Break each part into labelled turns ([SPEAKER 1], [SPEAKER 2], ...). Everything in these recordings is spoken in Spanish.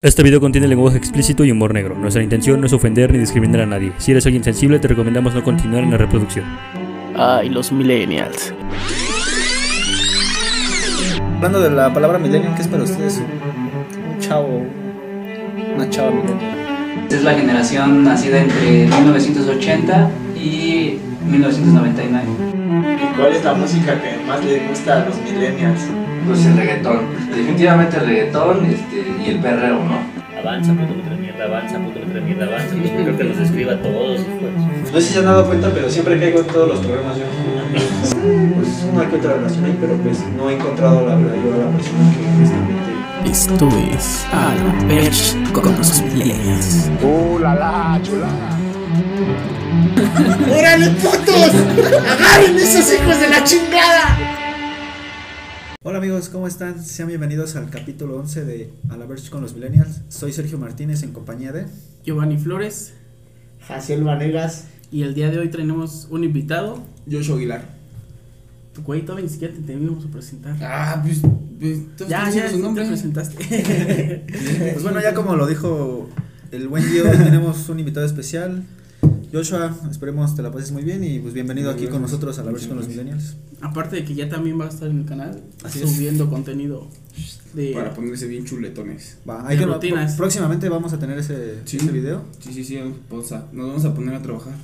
[SPEAKER 1] Este video contiene lenguaje explícito y humor negro. Nuestra intención no es ofender ni discriminar a nadie. Si eres alguien sensible, te recomendamos no continuar en la reproducción.
[SPEAKER 2] Ay, Ah, los millennials.
[SPEAKER 3] Hablando de la palabra millennial, ¿qué es para ustedes? Un chavo, una chava millennial.
[SPEAKER 4] Es la generación nacida entre 1980 y 1999.
[SPEAKER 5] ¿Cuál es la música que más le gusta a los millennials?
[SPEAKER 6] Pues el reggaetón. Definitivamente el reggaetón este, y el perreo, ¿no?
[SPEAKER 7] Avanza, puto que mierda, avanza, puto que mierda, avanza. Pues yo creo que nos escriba a todos. Pues.
[SPEAKER 5] No sé si se han dado cuenta, pero siempre caigo en todos los programas yo. Pues una que otra relación ahí, pero pues no he encontrado la verdad yo a la persona que honestamente...
[SPEAKER 2] Esto es A la Verge con los millennials.
[SPEAKER 8] ¡Órale, putos! ¡Agarren esos hijos de la chingada!
[SPEAKER 3] Hola amigos, ¿cómo están? Sean bienvenidos al capítulo 11 de A la Verge con los millennials. Soy Sergio Martínez en compañía de...
[SPEAKER 2] Giovanni Flores.
[SPEAKER 8] Jaciel Vanegas.
[SPEAKER 2] Y el día de hoy tenemos un invitado.
[SPEAKER 5] Joshua Aguilar.
[SPEAKER 2] Tu güey todavía ni siquiera te debíamos a presentar.
[SPEAKER 9] Ah, pues, pues todos
[SPEAKER 2] ya,
[SPEAKER 9] conocen
[SPEAKER 2] ya,
[SPEAKER 9] su nombre.
[SPEAKER 2] te presentaste.
[SPEAKER 3] Pues bueno, ya como lo dijo el buen Dio, hoy tenemos un invitado especial. Joshua, esperemos te la pases muy bien y pues bienvenido aquí con nosotros a la Verge con los millennials.
[SPEAKER 2] Aparte de que ya también va a estar en el canal
[SPEAKER 3] Así es.
[SPEAKER 2] subiendo contenido de
[SPEAKER 9] Para ponerse bien chuletones.
[SPEAKER 3] Va,
[SPEAKER 2] De rutinas.
[SPEAKER 3] próximamente vamos a tener ese,
[SPEAKER 9] Sí.
[SPEAKER 3] ese video.
[SPEAKER 9] Sí, sí, sí, vamos a- nos vamos a poner a trabajar.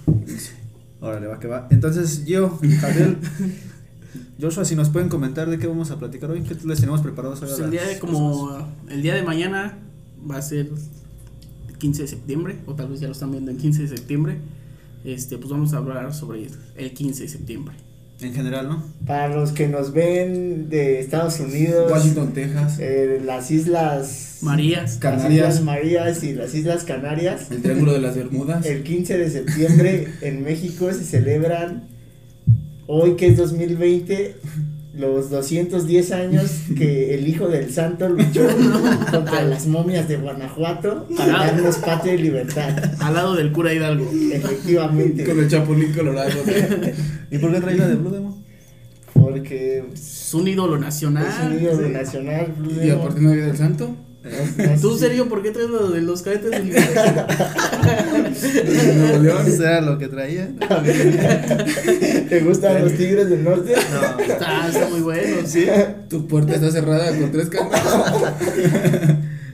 [SPEAKER 3] Órale, va que va. Entonces, yo, Javier, Joshua, si nos pueden comentar de qué vamos a platicar hoy, qué les tenemos preparados hoy. a
[SPEAKER 2] Pues el
[SPEAKER 3] las
[SPEAKER 2] día de como el día de mañana va a ser 15 de septiembre o tal vez ya lo están viendo en 15 de septiembre. Este, pues vamos a hablar sobre el 15 de septiembre.
[SPEAKER 3] personas. En general, ¿no?
[SPEAKER 8] Para los que nos ven de Estados Unidos,
[SPEAKER 9] Washington, Texas.
[SPEAKER 8] eh, las Islas
[SPEAKER 2] Marías,
[SPEAKER 8] las
[SPEAKER 9] Canarias.
[SPEAKER 8] Islas Marías y las Islas Canarias,
[SPEAKER 9] El Triángulo de las Bermudas.
[SPEAKER 8] el 15 de septiembre en México se celebran, hoy que es 2020, los 210 años que el hijo del santo luchó contra las momias de Guanajuato para darnos patria y libertad.
[SPEAKER 2] al lado del cura Hidalgo.
[SPEAKER 8] Efectivamente.
[SPEAKER 9] Con el Chapulín Colorado.
[SPEAKER 3] ¿Y por qué trae la de Blue Demo?
[SPEAKER 8] Porque
[SPEAKER 2] Es un ídolo nacional.
[SPEAKER 8] es un ídolo nacional. Blue
[SPEAKER 9] Ah, y
[SPEAKER 8] Demon.
[SPEAKER 9] aparte no había del santo.
[SPEAKER 8] No,
[SPEAKER 2] Tú,
[SPEAKER 8] sí.
[SPEAKER 2] Sergio, ¿por qué traes lo de los cadetes del
[SPEAKER 9] de Nuevo León.
[SPEAKER 3] Será lo que traía.
[SPEAKER 8] ¿Te gustan los Tigres del Norte?
[SPEAKER 3] No.
[SPEAKER 2] está, Ah, está muy bueno, sí.
[SPEAKER 9] Tu puerta está cerrada con tres cantos.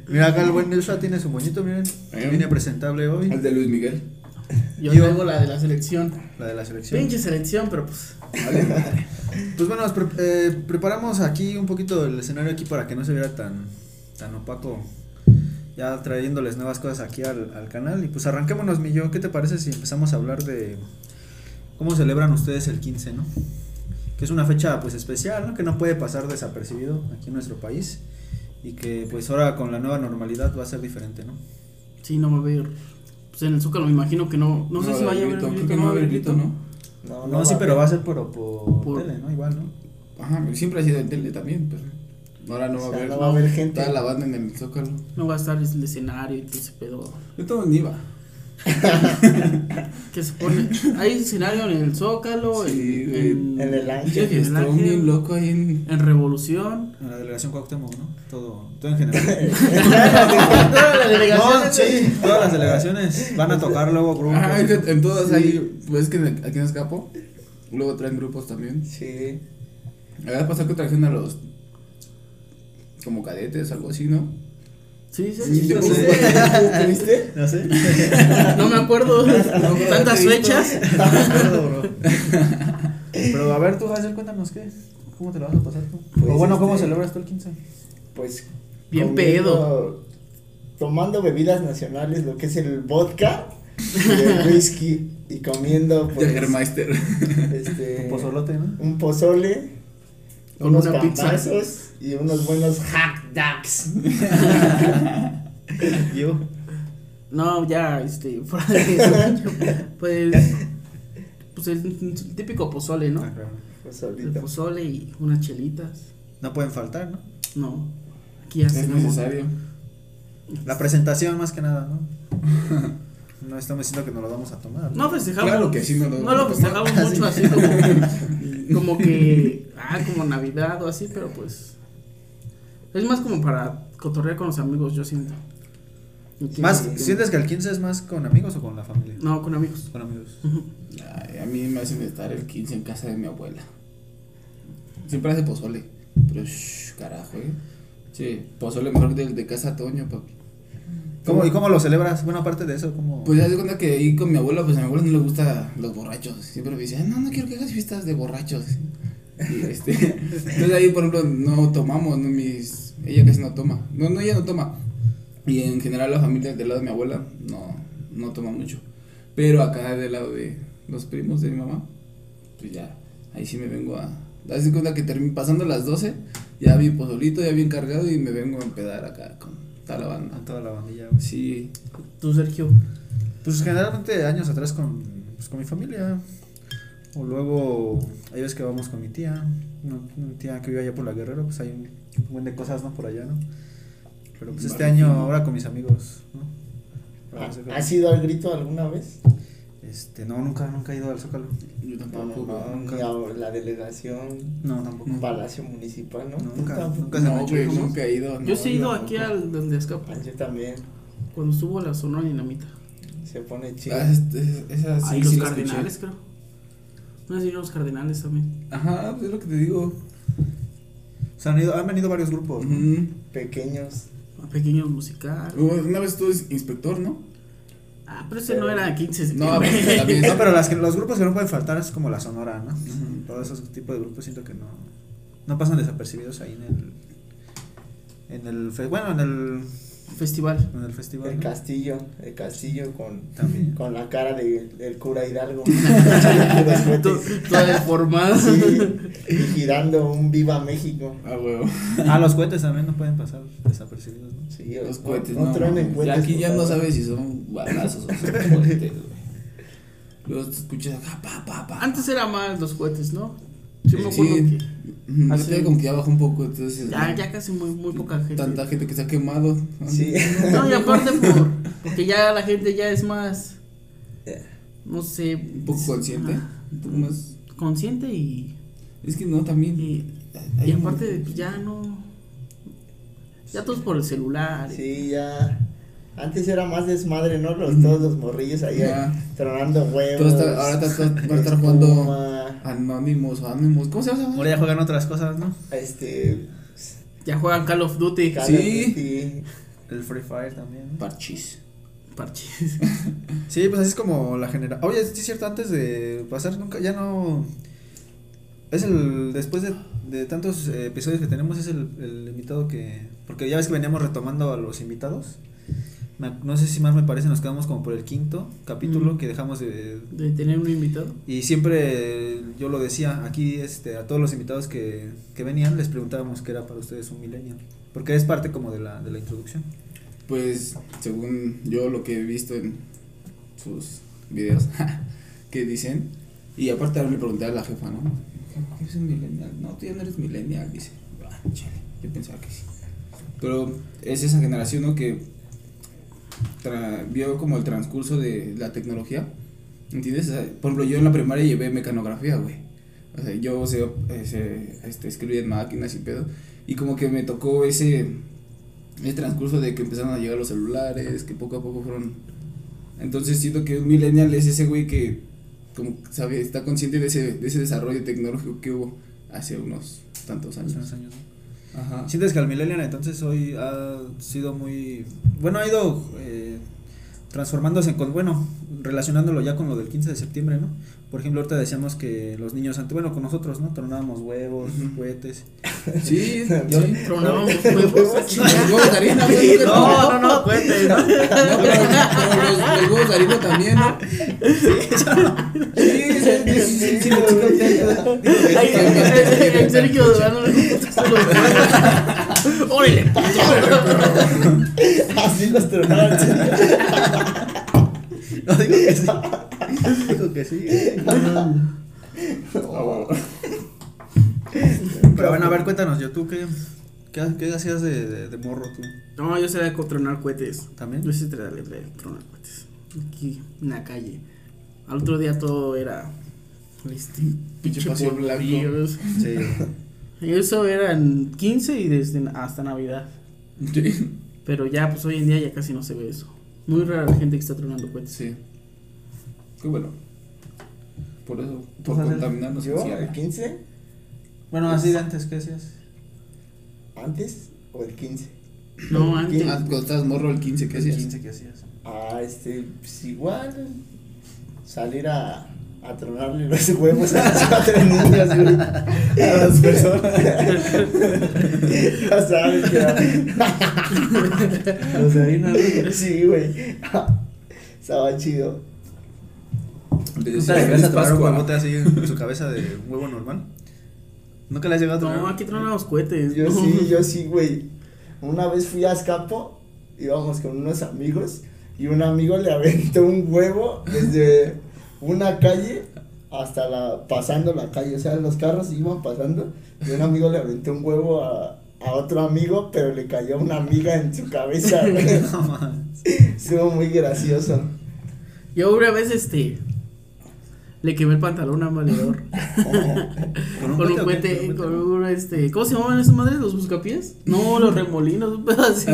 [SPEAKER 3] Mira, acá el buen Joshua tiene su moñito, miren.
[SPEAKER 9] Ahí.
[SPEAKER 3] Viene presentable hoy,
[SPEAKER 9] El de Luis Miguel.
[SPEAKER 2] Yo
[SPEAKER 3] Yo-
[SPEAKER 2] traigo la de la selección.
[SPEAKER 3] la de la selección.
[SPEAKER 2] Pinche selección, pero pues
[SPEAKER 3] Pues bueno, nos pre- eh, preparamos aquí un poquito el escenario aquí para que no se viera tan, tan opaco. Ya trayéndoles nuevas cosas aquí al, al canal. Y pues arranquémonos, mi yo. ¿Qué te parece si empezamos a hablar de cómo celebran ustedes el 15, no? Que es una fecha pues especial, ¿no? Que no puede pasar desapercibido aquí en nuestro país. Y que pues ahora con la nueva normalidad va a ser diferente, ¿no?
[SPEAKER 2] sí no me veo. Pues en el Zócalo me imagino que no, no, sé si vaya a haber
[SPEAKER 9] grito. Creo
[SPEAKER 2] grito,
[SPEAKER 9] que no va a haber grito, ¿no?
[SPEAKER 3] No, sí, pero va a ser por, por,
[SPEAKER 2] Por-
[SPEAKER 3] tele, ¿no? Igual, ¿no?
[SPEAKER 9] Ajá, siempre ha sido en tele también, pero ahora no va
[SPEAKER 8] O
[SPEAKER 9] a
[SPEAKER 8] sea,
[SPEAKER 9] haber.
[SPEAKER 8] no va a haber gente.
[SPEAKER 9] Está la banda en el Zócalo.
[SPEAKER 2] No va a estar el escenario y todo ese pedo.
[SPEAKER 9] Yo todo en IVA.
[SPEAKER 2] que se pone. Hay escenario en el Zócalo,
[SPEAKER 9] Sí,
[SPEAKER 2] en,
[SPEAKER 9] güey.
[SPEAKER 2] en,
[SPEAKER 8] En el Ángel.
[SPEAKER 2] en el
[SPEAKER 9] Está
[SPEAKER 2] Ángel,
[SPEAKER 9] bien loco ahí en.
[SPEAKER 2] en Revolución.
[SPEAKER 3] En la delegación Cuauhtémoc, ¿no? Todo, todo en general.
[SPEAKER 2] delegación
[SPEAKER 3] No, sí, todas las delegaciones van a tocar luego grupos.
[SPEAKER 9] Ah, es que en todas
[SPEAKER 3] Sí.
[SPEAKER 9] hay, pues que en el- aquí en Escapo, luego traen grupos también.
[SPEAKER 8] Sí.
[SPEAKER 9] La verdad pasó que trajeron a los como cadetes, algo así, ¿no?
[SPEAKER 2] Sí, sí,
[SPEAKER 9] Sí,
[SPEAKER 2] sí,
[SPEAKER 9] yo
[SPEAKER 2] sí.
[SPEAKER 8] ¿Te viste?
[SPEAKER 3] No sé.
[SPEAKER 2] No me acuerdo tantas
[SPEAKER 9] sí,
[SPEAKER 2] fechas.
[SPEAKER 3] Pero a ver, tú, Hazel, cuéntanos qué. ¿Cómo te lo vas a pasar tú?
[SPEAKER 8] Pues,
[SPEAKER 3] o bueno, ¿cómo
[SPEAKER 8] este-
[SPEAKER 3] celebras tú el 15?
[SPEAKER 8] Pues.
[SPEAKER 2] Bien
[SPEAKER 8] comiendo- Tomando bebidas nacionales, lo que es el vodka y el whisky. Y comiendo. pues,
[SPEAKER 9] Jägermeister.
[SPEAKER 8] este,
[SPEAKER 3] Un pozolote, ¿no?
[SPEAKER 8] Un pozole.
[SPEAKER 2] Con
[SPEAKER 8] unos
[SPEAKER 2] una pizza.
[SPEAKER 8] pambazos Y unos buenos hack ducks.
[SPEAKER 3] Yo.
[SPEAKER 2] No, ya, este, fuera de eso, Pues. Pues el típico pozole,
[SPEAKER 3] Ah,
[SPEAKER 2] ¿no?
[SPEAKER 8] pues,
[SPEAKER 2] El
[SPEAKER 8] Pozolito.
[SPEAKER 2] pozole y unas chelitas.
[SPEAKER 3] No pueden faltar, ¿no?
[SPEAKER 2] No. Aquí ya
[SPEAKER 9] Es necesario.
[SPEAKER 3] La presentación más que nada, ¿no? No estamos diciendo que nos lo vamos a tomar.
[SPEAKER 2] No festejamos.
[SPEAKER 9] Claro que sí, no lo
[SPEAKER 2] No lo festejamos mucho así como, como que, ah, como Navidad o así, pero pues es más como para cotorrear con los amigos, yo siento.
[SPEAKER 3] Más,
[SPEAKER 2] Sí.
[SPEAKER 3] ¿Sientes que el 15 es más con amigos o con la familia?
[SPEAKER 2] No, con amigos.
[SPEAKER 3] Con amigos.
[SPEAKER 9] Ay, a mí me hacen estar el 15 en casa de mi abuela. Siempre hace pozole. Pero, shh, carajo, ¿eh? Sí, pozole mejor del de casa Toño, papi.
[SPEAKER 3] ¿Cómo, ¿Y cómo lo celebras? Bueno, aparte de eso, ¿cómo?
[SPEAKER 9] Pues ya se cuenta que ahí con mi abuela, pues a mi abuela no le gusta los borrachos. Siempre me dice, "Ah, no, no quiero que hagas fiestas de borrachos. Y este, entonces ahí, por ejemplo, no tomamos, no mis, ella casi no toma. No, no, ella no toma. Y en general la familia del lado de mi abuela no, no toma mucho. Pero acá del lado de los primos de mi mamá, pues ya, ahí sí me vengo a... Darse cuenta que termin- pasando las 12, ya bien pozolito, ya bien cargado y me vengo a empedar acá con tal la banda.
[SPEAKER 3] a toda la bandilla. güey.
[SPEAKER 9] Sí,
[SPEAKER 2] Tú, Sergio.
[SPEAKER 3] Pues generalmente años atrás con, pues, con mi familia. O luego, hay veces que vamos con mi tía. Una, una tía que vive allá por la Guerrero, pues hay un, un buen de cosas, ¿no? Por allá, ¿no? Pero pues este año ahora con mis amigos, ¿no? Ahora
[SPEAKER 8] ¿Ha-
[SPEAKER 3] Ah, sí, pero-
[SPEAKER 8] ¿Has ido al grito alguna vez?
[SPEAKER 3] Este, no, nunca, nunca he ido al Zócalo.
[SPEAKER 9] yo tampoco. güey.
[SPEAKER 3] nunca.
[SPEAKER 8] Ni a la delegación,
[SPEAKER 3] No, tampoco.
[SPEAKER 8] Palacio Municipal, ¿no?
[SPEAKER 3] Nunca,
[SPEAKER 8] Tampoco.
[SPEAKER 3] nunca se me ha
[SPEAKER 9] No,
[SPEAKER 3] hecho.
[SPEAKER 9] güey,
[SPEAKER 3] jamás.
[SPEAKER 9] nunca he ido.
[SPEAKER 2] Yo
[SPEAKER 9] no,
[SPEAKER 2] sí he ido
[SPEAKER 9] no.
[SPEAKER 2] aquí al donde escapa.
[SPEAKER 8] Ah, Yo también.
[SPEAKER 2] Cuando estuvo la Sonora Dinamita.
[SPEAKER 8] Se pone chido.
[SPEAKER 9] Ah, es- es- esa sí,
[SPEAKER 2] Ahí
[SPEAKER 9] sí
[SPEAKER 2] los
[SPEAKER 9] la escuché.
[SPEAKER 2] Cardenales, creo. No sé si los Cardenales también.
[SPEAKER 9] Ajá, pues es lo que te digo.
[SPEAKER 3] O sea, han, ido- han venido varios grupos. ¿no?
[SPEAKER 9] Ujú.
[SPEAKER 8] Pequeños.
[SPEAKER 2] Pequeños musicales.
[SPEAKER 9] Hubo- Una vez tú eres inspector, ¿no?
[SPEAKER 2] Ah, pero ese no era 15 de
[SPEAKER 9] No, a ver,
[SPEAKER 2] septiembre.
[SPEAKER 9] también.
[SPEAKER 3] No, pero las que, los grupos que no pueden faltar es como la Sonora, ¿no? Todos esos tipos de grupos siento que no, no pasan desapercibidos ahí en el. En el. fe- Bueno, en el.
[SPEAKER 2] Festival.
[SPEAKER 3] En el festival.
[SPEAKER 8] El
[SPEAKER 3] ¿no?
[SPEAKER 8] castillo. El castillo con,
[SPEAKER 3] También.
[SPEAKER 8] con la cara del el cura Hidalgo. Puros
[SPEAKER 2] To-
[SPEAKER 8] cohetes.
[SPEAKER 2] Toda deformada.
[SPEAKER 8] Sí, y girando un Viva México.
[SPEAKER 9] Ah, huevo.
[SPEAKER 3] Ah, los cohetes también no pueden pasar desapercibidos, ¿no?
[SPEAKER 8] Sí,
[SPEAKER 9] Los
[SPEAKER 8] o-
[SPEAKER 9] cohetes,
[SPEAKER 8] no,
[SPEAKER 9] no.
[SPEAKER 8] truenen
[SPEAKER 9] mames.
[SPEAKER 8] cohetes,
[SPEAKER 9] Ya aquí
[SPEAKER 8] por
[SPEAKER 9] ya no
[SPEAKER 8] favor.
[SPEAKER 9] sabes si son balazos o son cohetes, güey. Luego te escuchas acá, pa, pa, pa.
[SPEAKER 2] Antes era más los cohetes, ¿no? Yo me acuerdo
[SPEAKER 9] Sí.
[SPEAKER 2] que
[SPEAKER 9] Ujú, ya
[SPEAKER 2] Así.
[SPEAKER 9] te digo como que ya bajó un poco, entonces.
[SPEAKER 2] Ah, ya,
[SPEAKER 9] ¿no?
[SPEAKER 2] ya casi muy, muy poca gente.
[SPEAKER 9] Tanta gente que se ha quemado.
[SPEAKER 8] Sí.
[SPEAKER 2] No, y aparte por, porque ya la gente ya es más, no sé,
[SPEAKER 9] Un poco consciente. Un poco más.
[SPEAKER 2] consciente y,
[SPEAKER 9] Es que no, también.
[SPEAKER 2] y,
[SPEAKER 9] hay
[SPEAKER 2] y
[SPEAKER 9] un-
[SPEAKER 2] aparte pues, ya no, ya todos por el celular.
[SPEAKER 8] Sí, ya. Antes era más desmadre, ¿no? Los, todos los morrillos ahí
[SPEAKER 9] Ya.
[SPEAKER 8] tronando
[SPEAKER 9] Todo
[SPEAKER 8] huevos.
[SPEAKER 9] está- ahora está- está- va a estar
[SPEAKER 8] espuma,
[SPEAKER 9] jugando Anonymous, Anonymous. ¿Cómo se llama?
[SPEAKER 3] Ahora ya juegan otras cosas, ¿no?
[SPEAKER 8] Este.
[SPEAKER 2] Ya juegan Call of Duty,
[SPEAKER 8] Call of
[SPEAKER 9] Sí.
[SPEAKER 8] Duty.
[SPEAKER 3] El Free Fire también. ¿no?
[SPEAKER 9] Parchis.
[SPEAKER 2] parches.
[SPEAKER 3] Sí, pues así es como la genera. Oye, sí es cierto, antes de pasar, nunca, ya no. Es el. Después de, de tantos eh, episodios que tenemos, es el, el invitado que. Porque ya ves que veníamos retomando a los invitados. Me ac- no sé si más me parece, nos quedamos como por el quinto capítulo
[SPEAKER 2] Mm.
[SPEAKER 3] que dejamos de.
[SPEAKER 2] De tener un invitado.
[SPEAKER 3] Y siempre eh, yo lo decía aquí este, a todos los invitados que, que venían, les preguntábamos qué era para ustedes un milenio. Porque es parte como de la, de la introducción.
[SPEAKER 9] Pues, según yo lo que he visto en sus videos que dicen, y aparte ahora le pregunté a la jefa, ¿no? ¿Qué es un millennial? No, tú ya no eres millennial, dice. Ah, chale, yo pensaba que sí. Pero es esa generación, ¿no? Que tra- vio como el transcurso de la tecnología, ¿entiendes? O sea, por ejemplo, yo en la primaria llevé mecanografía, güey. O sea, yo sé, eh, sé, este, escribí en máquinas y pedo, y como que me tocó ese el transcurso de que empezaron a llegar los celulares, que poco a poco fueron. Entonces siento que un millennial es ese güey que como sabe, está consciente de ese, de ese desarrollo tecnológico que hubo hace unos tantos
[SPEAKER 3] hace
[SPEAKER 9] años.
[SPEAKER 3] unos años, ¿no?
[SPEAKER 9] Ajá.
[SPEAKER 3] ¿Sientes que al Millennial entonces hoy ha sido muy. Bueno, ha ido eh, transformándose con. Bueno, relacionándolo ya con lo del 15 de septiembre, ¿no? Por ejemplo, ahorita decíamos que los niños antes. Bueno, con nosotros, ¿no? Tronábamos huevos,
[SPEAKER 9] Ujú.
[SPEAKER 3] cohetes.
[SPEAKER 9] Sí,
[SPEAKER 8] Yo-
[SPEAKER 9] sí.
[SPEAKER 2] Tronábamos huevos.
[SPEAKER 9] Los huevos de harina, güey.
[SPEAKER 2] No, no, no, cohetes.
[SPEAKER 9] No, pero, pero los, los huevos de harina también, ¿no? Sí, sí, sí, sí, sí, lo chico te- digo,
[SPEAKER 2] Ahí,
[SPEAKER 9] es también,
[SPEAKER 2] eh, eh,
[SPEAKER 9] también.
[SPEAKER 2] el Sergio dándole un putazo a los huevos. Órale, puto.
[SPEAKER 8] Así los tronaron.
[SPEAKER 3] No, digo que sí. digo que sí.
[SPEAKER 9] Ah, huevo.
[SPEAKER 3] Pero bueno, a ver, cuéntanos, yo tú qué. ¿Qué, qué hacías de, de- de morro tú?
[SPEAKER 2] No, yo sabía co- tronar cohetes.
[SPEAKER 3] ¿También?
[SPEAKER 2] Yo sí tra- le- le- tronar cohetes. Aquí, en la calle. Al otro día todo era. Este, pinche
[SPEAKER 9] paseo
[SPEAKER 2] polvo,
[SPEAKER 9] blanco.
[SPEAKER 2] Dios.
[SPEAKER 3] Sí.
[SPEAKER 2] Y Eso era en 15 y desde na- hasta Navidad.
[SPEAKER 9] Sí.
[SPEAKER 2] Pero ya, pues hoy en día ya casi no se ve eso. Muy rara la gente que está tronando cohetes.
[SPEAKER 9] Sí. Qué Pues bueno. Por eso,
[SPEAKER 3] ¿Tú,
[SPEAKER 9] por
[SPEAKER 3] José?
[SPEAKER 9] contaminar nos
[SPEAKER 8] Yo, el
[SPEAKER 9] encierra.
[SPEAKER 8] 15,
[SPEAKER 3] Bueno, así de antes, ¿qué hacías?
[SPEAKER 8] antes o el 15.
[SPEAKER 2] No, antes.
[SPEAKER 9] Ah, cuando estabas morro el 15, ¿qué
[SPEAKER 3] El
[SPEAKER 9] hacías?
[SPEAKER 3] 15 que hacías.
[SPEAKER 8] Ah, este, pues igual. Salir a, a tronarle los huevos a las cuatro niñas, güey. A las personas. ya sabes que era.
[SPEAKER 3] Los de ahí no.
[SPEAKER 8] Sí, güey. Estaba chido.
[SPEAKER 9] Te
[SPEAKER 3] ¿Nunca
[SPEAKER 9] decía,
[SPEAKER 3] le
[SPEAKER 9] "Feliz
[SPEAKER 3] llegaste a parar un
[SPEAKER 9] Pascua".
[SPEAKER 3] huevote así en su cabeza de un huevo normal? ¿Nunca le has llegado a
[SPEAKER 2] No,
[SPEAKER 3] tronar?
[SPEAKER 2] aquí tronan los cohetes.
[SPEAKER 8] Yo
[SPEAKER 2] no.
[SPEAKER 8] sí, yo sí, güey. Una vez fui a Escapo, íbamos con unos amigos y un amigo le aventó un huevo desde una calle hasta la, pasando la calle, o sea, los carros iban pasando y un amigo le aventó un huevo a, a otro amigo, pero le cayó una amiga en su cabeza, güey.
[SPEAKER 3] No, man.
[SPEAKER 8] Estuvo muy gracioso.
[SPEAKER 2] Yo una vez, este. Le quemé el pantalón a un valedor.
[SPEAKER 3] ¿Con
[SPEAKER 2] Con un
[SPEAKER 3] o qué?
[SPEAKER 2] cohete, con un este. ¿Cómo se llamaban esas madres? ¿Los buscapiés? No, los remolinos, un pedo así.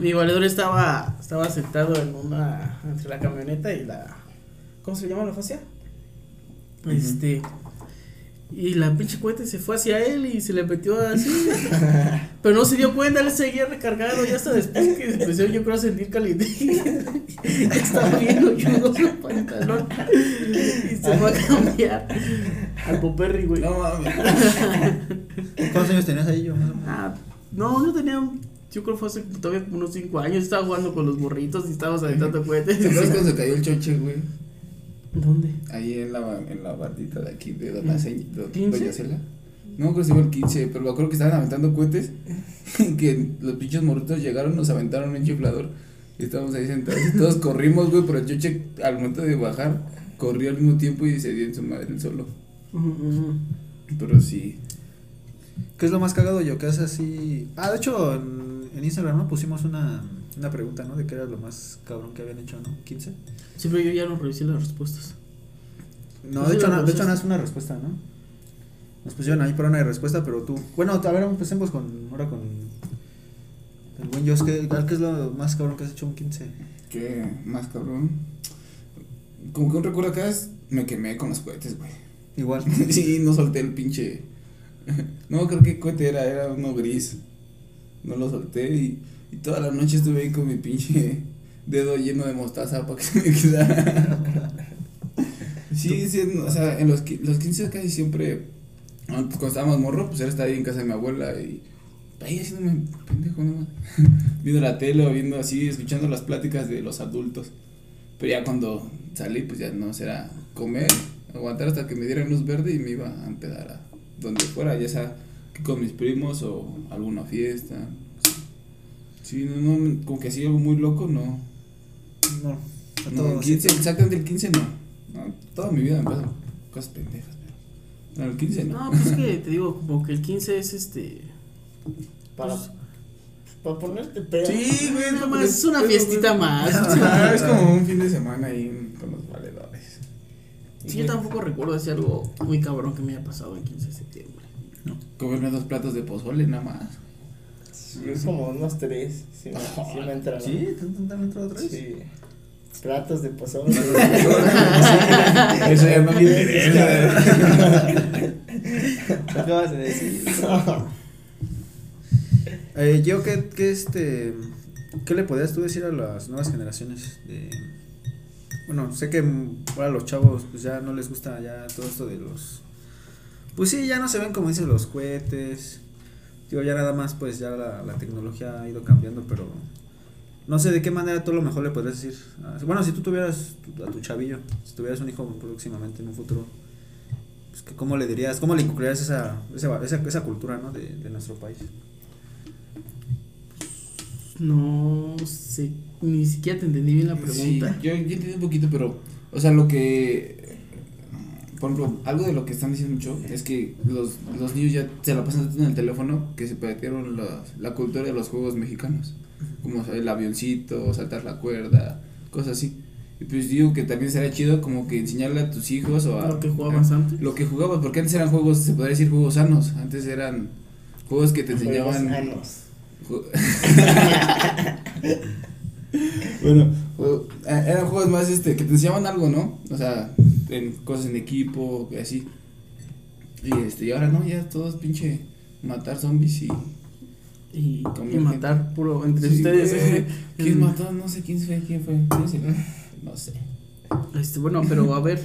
[SPEAKER 2] Mi valedor estaba, estaba sentado en una. entre la camioneta y la. ¿Cómo se llama la fascia? Este. Y la pinche cohete se fue hacia él y se le metió así. pero no se dio cuenta, él seguía recargado y hasta después que empecé yo creo a sentir calidez. estaba bien hoyudo su pantalón. Y se fue a cambiar al Poperri, güey.
[SPEAKER 9] No mames.
[SPEAKER 3] ¿Cuántos años tenías ahí yo? más o menos?
[SPEAKER 2] Ah, no, yo tenía. un- Yo creo que fue hace todavía como unos 5 años. Estaba jugando con los borritos y estábamos aventando
[SPEAKER 9] ¿Te acuerdas
[SPEAKER 2] cohetes.
[SPEAKER 9] cuando se cayó el choche, güey?
[SPEAKER 2] ¿Dónde?
[SPEAKER 9] Ahí en la, en la bardita de aquí, de Doña, Ce- do-
[SPEAKER 2] 15?
[SPEAKER 9] Doña Cela. No, creo que se fue el 15, pero me acuerdo que estaban aventando cohetes. Que los pinches morritos llegaron, nos aventaron un chiflador. Y estábamos ahí sentados. y todos corrimos, güey, pero el choche al momento de bajar, corrió al mismo tiempo y se dio en su madre el solo.
[SPEAKER 2] Ujú, ujú.
[SPEAKER 9] Pero sí.
[SPEAKER 3] ¿Qué es lo más cagado yo? Que es así. Ah, de hecho, en, en Instagram ¿no? pusimos una, una pregunta, ¿no? De qué era lo más cabrón que habían hecho, ¿no? ¿15?
[SPEAKER 2] Sí, pero yo ya no revisé las respuestas.
[SPEAKER 3] No,
[SPEAKER 2] Sí,
[SPEAKER 3] de, hecho,
[SPEAKER 2] lo
[SPEAKER 3] no, de hecho,
[SPEAKER 2] pusiste.
[SPEAKER 3] no es una respuesta, ¿no? Nos pusieron ahí para una respuesta, pero tú. Bueno, a ver, empecemos con. Ahora con. El buen Dios, ¿qué, ¿qué es lo más cabrón que has hecho un 15?
[SPEAKER 9] ¿Qué más cabrón? Como que un recuerdo acá es, me quemé con los cohetes, güey.
[SPEAKER 3] Igual.
[SPEAKER 9] Sí, no solté el pinche. No, creo que cohete era, era uno gris. No lo solté y, y toda la noche estuve ahí con mi pinche dedo lleno de mostaza para que se me quedara. Sí, sí, en- o sea, en los, qui- los 15 casi siempre, antes cuando estábamos morro, pues era estar ahí en casa de mi abuela y ahí haciéndome pendejo nomás. viendo la tele o viendo así, escuchando las pláticas de los adultos. Pero ya cuando salí, pues ya no será comer, aguantar hasta que me dieran luz verde y me iba a empezar a donde fuera, ya sea que con mis primos o alguna fiesta. Sí, no, no, como que así algo muy loco, no.
[SPEAKER 3] No. A
[SPEAKER 9] no el
[SPEAKER 3] todos.
[SPEAKER 9] 15, exactamente el 15 no. No, Toda mi vida me pasan cosas pendejas, pero. No, el 15 no.
[SPEAKER 2] No, pues es que te digo, como que el 15 es este.
[SPEAKER 8] Para,
[SPEAKER 2] Pues-
[SPEAKER 8] para ponerte pedo.
[SPEAKER 9] Sí, güey,
[SPEAKER 2] Nada
[SPEAKER 9] no,
[SPEAKER 2] más,
[SPEAKER 9] pues,
[SPEAKER 2] es una
[SPEAKER 9] pero-
[SPEAKER 2] fiestita más.
[SPEAKER 9] Ah, es como un fin de semana ahí con los valedores.
[SPEAKER 2] Sí, yo tampoco recuerdo así algo muy cabrón que me haya pasado el 15 de septiembre.
[SPEAKER 9] Comerme dos platos de pozole nada más.
[SPEAKER 8] Es como unos tres. Si me, sí me entraron.
[SPEAKER 3] ¿Sí? ¿Te han- te han entrado tres?
[SPEAKER 8] Sí. Platos de pozole.
[SPEAKER 9] Eso ya no me interesa.
[SPEAKER 3] ¿Qué acabas de decir? Eh, yo que, que este, ¿qué le podrías tú decir a las nuevas generaciones? De, bueno, sé que mm, ahora los chavos pues ya no les gusta ya todo esto de los, pues sí, ya no se ven como dicen los cohetes, digo ya nada más pues ya la, la tecnología ha ido cambiando, pero no sé de qué manera tú a lo mejor le podrías decir, ah, bueno, si tú tuvieras tu- a tu chavillo, si tuvieras un hijo próximamente en un futuro, pues que cómo le dirías, cómo le inculcarías esa, esa, esa, esa cultura, ¿no? De, de nuestro país.
[SPEAKER 2] No sé, ni siquiera te entendí bien la
[SPEAKER 9] Sí,
[SPEAKER 2] pregunta.
[SPEAKER 9] yo, yo entiendo un poquito, pero, o sea, lo que, por ejemplo, algo de lo que están diciendo mucho es que los, los niños ya se la pasan tanto en el teléfono que se perdieron las- la cultura de los juegos mexicanos, como el avioncito, saltar la cuerda, cosas así. Y pues digo que también sería chido como que enseñarle a tus hijos o a...
[SPEAKER 2] Lo que
[SPEAKER 9] ah,
[SPEAKER 2] jugabas antes.
[SPEAKER 9] Lo que jugabas, porque antes eran juegos, se podría decir juegos sanos, antes eran juegos que te
[SPEAKER 8] Juegos
[SPEAKER 9] enseñaban...
[SPEAKER 8] sanos.
[SPEAKER 9] Ju- bueno, ju- eh, eran juegos más este que te enseñaban algo, ¿no? O sea, en cosas en equipo, y así. Y este, y ahora no, ya todos pinche matar zombies y
[SPEAKER 2] Y,
[SPEAKER 9] Como
[SPEAKER 2] y
[SPEAKER 9] el
[SPEAKER 2] matar puro entre
[SPEAKER 9] Sí,
[SPEAKER 2] ustedes.
[SPEAKER 9] güey.
[SPEAKER 2] ¿eh?
[SPEAKER 9] ¿Quién
[SPEAKER 2] Mm.
[SPEAKER 9] mató? No sé quién fue, quién fue. ¿Quién es el- No sé.
[SPEAKER 2] Este, bueno, pero a ver,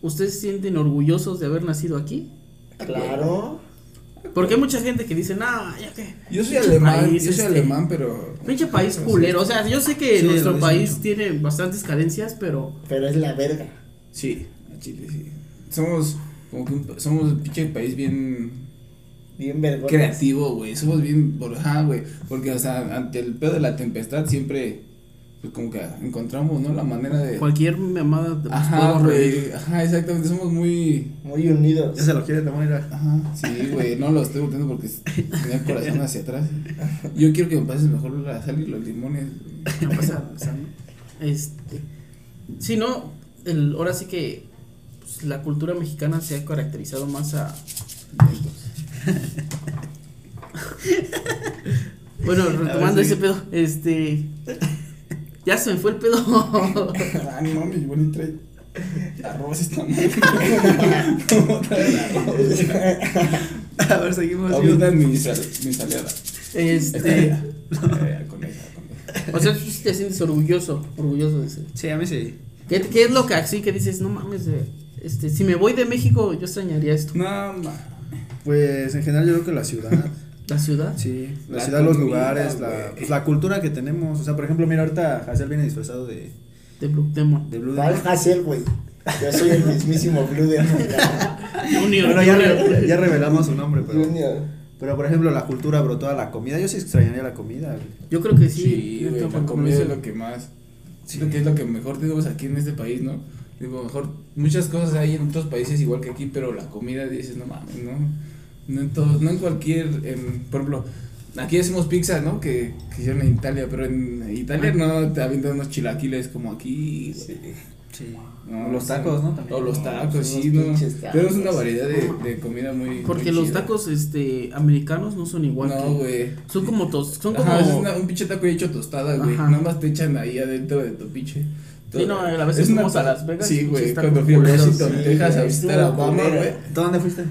[SPEAKER 2] ¿ustedes se sienten orgullosos de haber nacido aquí?
[SPEAKER 8] Claro.
[SPEAKER 2] Porque hay mucha gente que dice, no, ya qué.
[SPEAKER 9] Yo soy
[SPEAKER 2] Pinche
[SPEAKER 9] alemán,
[SPEAKER 2] país,
[SPEAKER 9] yo soy
[SPEAKER 2] este,
[SPEAKER 9] alemán, pero.
[SPEAKER 2] Pinche país culero. O sea, yo sé que
[SPEAKER 3] Sí, lo
[SPEAKER 2] nuestro
[SPEAKER 3] dicen
[SPEAKER 2] país
[SPEAKER 3] mucho.
[SPEAKER 2] tiene bastantes carencias, pero.
[SPEAKER 8] Pero es la verga.
[SPEAKER 9] Sí, a Chile sí. Somos como que un, somos un pinche país bien
[SPEAKER 8] Bien vergüenza.
[SPEAKER 9] creativo, güey. Somos bien borja, güey. Porque, o sea, ante el pedo de la tempestad siempre, pues como que encontramos, ¿no? La manera de.
[SPEAKER 2] Cualquier mamada te
[SPEAKER 9] Ajá, güey. Ajá, exactamente. Somos muy.
[SPEAKER 8] Muy unidos.
[SPEAKER 3] Ya se lo quiere tomar, mira.
[SPEAKER 9] Ajá, sí, güey, no lo estoy volteando porque tenía el corazón hacia atrás. Yo quiero que me pases mejor la sal y los limones. güey.
[SPEAKER 2] Ya pasaron, pasaron. Este. Si no, el, ahora sí que pues, la cultura mexicana se ha caracterizado más a. bueno, retomando ese pedo, este. Ya se me fue el pedo.
[SPEAKER 9] Ah, no mames, yo ni trae arroz esta madre. No, trae arroz.
[SPEAKER 3] A ver, seguimos.
[SPEAKER 9] Ahorita mi, sal, mi salada.
[SPEAKER 2] Este.
[SPEAKER 9] Eh, con esa, con esa.
[SPEAKER 2] O sea, tú sí te sientes orgulloso, orgulloso de ser.
[SPEAKER 3] Sí, a mí sí.
[SPEAKER 2] ¿Qué, qué es lo que así que dices, no mames, eh, este, si me voy de México, yo extrañaría esto?
[SPEAKER 9] No, ma.
[SPEAKER 3] Pues en general yo creo que la ciudad.
[SPEAKER 2] La ciudad.
[SPEAKER 3] Sí, la,
[SPEAKER 9] La
[SPEAKER 3] ciudad, los
[SPEAKER 9] comida,
[SPEAKER 3] lugares, la,
[SPEAKER 9] güey.
[SPEAKER 3] pues, la cultura que tenemos. O sea, por ejemplo, mira, ahorita Hazel viene disfrazado de,
[SPEAKER 2] De Blue Demon.
[SPEAKER 3] de Blue
[SPEAKER 8] ¿Cuál
[SPEAKER 3] Demon.
[SPEAKER 8] Hazel, güey? Yo soy el mismísimo Blue Demon.
[SPEAKER 2] Junior,
[SPEAKER 3] Bueno, ya,
[SPEAKER 2] Junior.
[SPEAKER 3] re- ya revelamos su nombre, pero,
[SPEAKER 8] Junior.
[SPEAKER 3] pero por ejemplo, la cultura, bro, toda la comida. Yo sí extrañaría la comida. güey.
[SPEAKER 2] Yo creo que sí.
[SPEAKER 9] Sí,
[SPEAKER 2] yo
[SPEAKER 9] güey,
[SPEAKER 2] creo
[SPEAKER 9] la
[SPEAKER 2] que
[SPEAKER 9] comida es
[SPEAKER 2] sí.
[SPEAKER 9] lo que más. Lo que es lo que mejor tenemos aquí en este país, ¿no? Digo, mejor. Muchas cosas hay en otros países igual que aquí, pero la comida dices, no mames, ¿no? No en todos, no en cualquier. em, por ejemplo, aquí hacemos pizza, ¿no? Que, que hicieron en Italia, pero en Italia
[SPEAKER 2] Ah.
[SPEAKER 9] no te avientan unos chilaquiles como aquí. güey.
[SPEAKER 3] Sí.
[SPEAKER 9] No,
[SPEAKER 3] O los
[SPEAKER 9] sí.
[SPEAKER 3] tacos, ¿no? pues, También.
[SPEAKER 9] O los tacos,
[SPEAKER 8] son
[SPEAKER 9] sí,
[SPEAKER 8] los
[SPEAKER 9] ¿no?
[SPEAKER 8] pinches tacos.
[SPEAKER 9] Tenemos una variedad de, de comida muy.
[SPEAKER 2] Porque
[SPEAKER 9] muy
[SPEAKER 2] los
[SPEAKER 9] chida.
[SPEAKER 2] tacos este americanos no son igual
[SPEAKER 9] No,
[SPEAKER 2] que-
[SPEAKER 9] güey.
[SPEAKER 2] son como tos, son como
[SPEAKER 9] Ajá, es una- un pinche taco hecho tostada, güey.
[SPEAKER 2] Ajá.
[SPEAKER 9] Nada más te echan ahí adentro de tu pinche.
[SPEAKER 2] Sí, no, a veces
[SPEAKER 9] Es una
[SPEAKER 2] fuimos a
[SPEAKER 9] ta-
[SPEAKER 2] Las Vegas y
[SPEAKER 9] Sí,
[SPEAKER 2] pinches
[SPEAKER 9] güey.
[SPEAKER 2] tacos
[SPEAKER 9] Cuando fui a
[SPEAKER 2] culeros.
[SPEAKER 9] Washington,
[SPEAKER 8] Sí,
[SPEAKER 9] Texas a
[SPEAKER 8] güey,
[SPEAKER 9] visitar
[SPEAKER 8] estuvo
[SPEAKER 9] a Obama,
[SPEAKER 8] culero.
[SPEAKER 9] güey.
[SPEAKER 3] ¿Tú dónde fuiste?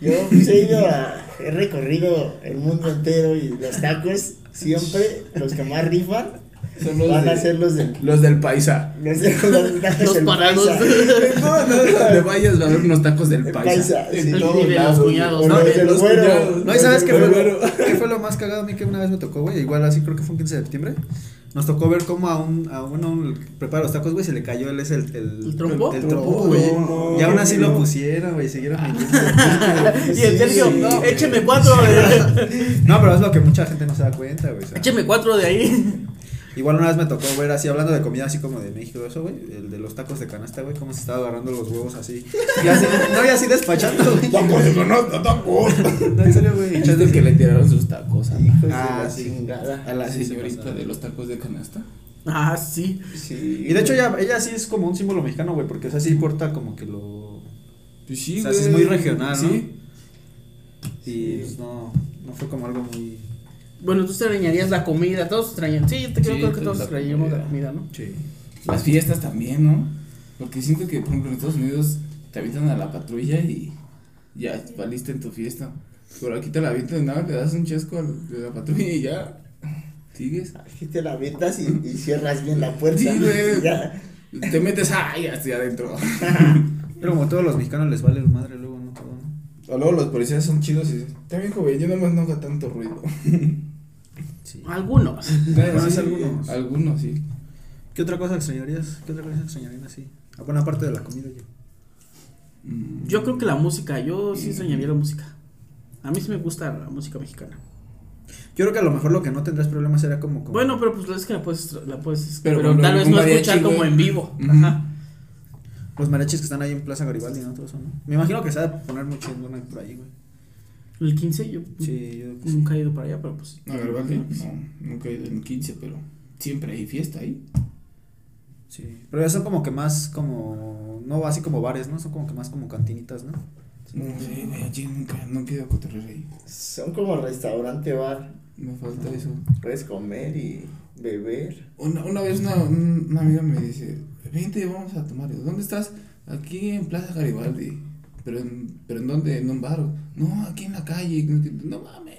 [SPEAKER 8] Yo pues, he ido a, he recorrido el mundo entero y los tacos siempre los que más rifan
[SPEAKER 9] Son los,
[SPEAKER 8] van
[SPEAKER 9] de-
[SPEAKER 8] a ser los del
[SPEAKER 9] los del paisa.
[SPEAKER 8] los, de- los tacos
[SPEAKER 2] Los
[SPEAKER 8] del
[SPEAKER 2] parados.
[SPEAKER 8] paisa.
[SPEAKER 9] No, no, donde vayas va a haber unos tacos del
[SPEAKER 8] El
[SPEAKER 9] paisa.
[SPEAKER 8] paisa, sí.
[SPEAKER 9] En
[SPEAKER 8] El
[SPEAKER 9] todos
[SPEAKER 2] pibe de los
[SPEAKER 9] lados, güey.
[SPEAKER 2] cuñados,
[SPEAKER 9] O
[SPEAKER 8] ¿no?
[SPEAKER 9] los de
[SPEAKER 8] El
[SPEAKER 9] los
[SPEAKER 8] güero.
[SPEAKER 9] cuñados.
[SPEAKER 3] eh, No, ¿y sabes qué
[SPEAKER 9] El
[SPEAKER 3] fue,
[SPEAKER 9] güero.
[SPEAKER 3] lo, qué fue lo más cagado a mí que una vez me tocó, güey? Igual así creo que fue un 15 de septiembre. Nos tocó ver cómo a un, a uno un- prepara los tacos, güey, se le cayó él es el, el,
[SPEAKER 2] ¿El trompo?
[SPEAKER 3] El trompo, güey.
[SPEAKER 9] No,
[SPEAKER 3] y aún así lo
[SPEAKER 9] no.
[SPEAKER 3] pusieron, güey, siguieron
[SPEAKER 2] Y el Sergio,
[SPEAKER 3] no,
[SPEAKER 2] écheme cuatro. de-
[SPEAKER 3] No, pero es lo que mucha gente no se da cuenta, güey. o sea.
[SPEAKER 2] écheme cuatro de ahí.
[SPEAKER 3] Igual una vez me tocó ver así, hablando de comida así como de México, eso, güey, el de los tacos de canasta, güey, cómo se estaba agarrando los huevos así. Y así, no, y así despachando, güey.
[SPEAKER 9] Tacos de canasta, tacos.
[SPEAKER 3] No, en serio, güey.
[SPEAKER 9] Es el que le tiraron sus tacos a la-
[SPEAKER 3] Ah, sí.
[SPEAKER 8] Chingada.
[SPEAKER 3] A la
[SPEAKER 9] la
[SPEAKER 3] señorita
[SPEAKER 9] señorita de los tacos de canasta.
[SPEAKER 2] Ah, sí.
[SPEAKER 3] Sí. Y de hecho ella, ella sí es como un símbolo mexicano, güey, porque o sea, sí corta como que lo...
[SPEAKER 9] Pues sí,
[SPEAKER 3] O sea, sí es
[SPEAKER 9] güey.
[SPEAKER 3] muy regional, ¿no?
[SPEAKER 9] Sí.
[SPEAKER 3] Y pues no, no fue como algo muy...
[SPEAKER 2] Bueno, tú extrañarías la comida, todos extrañan. Sí, yo te creo,
[SPEAKER 9] Sí, pues,
[SPEAKER 2] creo que
[SPEAKER 9] la
[SPEAKER 2] todos extrañamos la comida,
[SPEAKER 9] comida.
[SPEAKER 2] ¿no?
[SPEAKER 3] Sí.
[SPEAKER 9] Las fiestas también, ¿no? Porque siento que, por ejemplo, en Estados Unidos te avientan a la patrulla y ya valiste en tu fiesta. Pero aquí te la avientan, nada, le das un chasco a la patrulla y ya. ¿Sigues?
[SPEAKER 8] Aquí te la aventas y, y cierras bien la puerta.
[SPEAKER 9] Sí, güey.
[SPEAKER 8] Ya.
[SPEAKER 9] Te metes ahí hasta adentro.
[SPEAKER 3] Pero como a todos los mexicanos les vale el madre luego, ¿no? Todo, ¿no?
[SPEAKER 9] O luego los policías son chidos y dicen, está bien joven, yo nomás no hago tanto ruido.
[SPEAKER 3] Sí.
[SPEAKER 2] Algunos.
[SPEAKER 3] Bueno,
[SPEAKER 9] Sí,
[SPEAKER 3] es algunos.
[SPEAKER 9] Algunos, sí.
[SPEAKER 3] ¿Qué otra cosa extrañarías? ¿Qué otra cosa extrañarían así? Ah, Bueno, aparte de la comida, yo.
[SPEAKER 9] Mm.
[SPEAKER 2] Yo creo que la música, yo sí extrañaría la música. A mí sí me gusta la música mexicana.
[SPEAKER 3] Yo creo que a lo mejor lo que no tendrás problemas será como... como-
[SPEAKER 2] Bueno, pero pues es que la puedes, la puedes,
[SPEAKER 9] Pero,
[SPEAKER 2] pero,
[SPEAKER 9] por ejemplo,
[SPEAKER 2] tal vez
[SPEAKER 9] un
[SPEAKER 2] no
[SPEAKER 9] mariachi,
[SPEAKER 2] escuchar
[SPEAKER 9] güey.
[SPEAKER 2] como en vivo.
[SPEAKER 9] Ujú.
[SPEAKER 2] Ajá.
[SPEAKER 3] Los mariachis que están ahí en Plaza Garibaldi, ¿no? Todo eso, ¿no? Me imagino que se ha de poner mucho en por ahí, güey.
[SPEAKER 2] El 15 yo
[SPEAKER 3] Sí, yo...
[SPEAKER 2] nunca he ido para allá, pero pues.
[SPEAKER 9] No, Garibaldi, no, nunca he ido en 15, pero siempre hay fiesta ahí.
[SPEAKER 3] Sí. Pero ya son como que más como... No, así como bares, ¿no? Son como que más como cantinitas, ¿no?
[SPEAKER 9] No sé, güey, allí nunca, no quiero cotorrear ahí.
[SPEAKER 8] Son como restaurante bar.
[SPEAKER 9] Me falta eso.
[SPEAKER 8] Puedes comer y beber.
[SPEAKER 9] Una, una vez una, un- una amiga me dice, vente, vamos a tomar. algo. ¿Dónde estás? Aquí en Plaza Garibaldi. ¿Pero en, pero en dónde? ¿En un bar? No, aquí en la calle. No mames.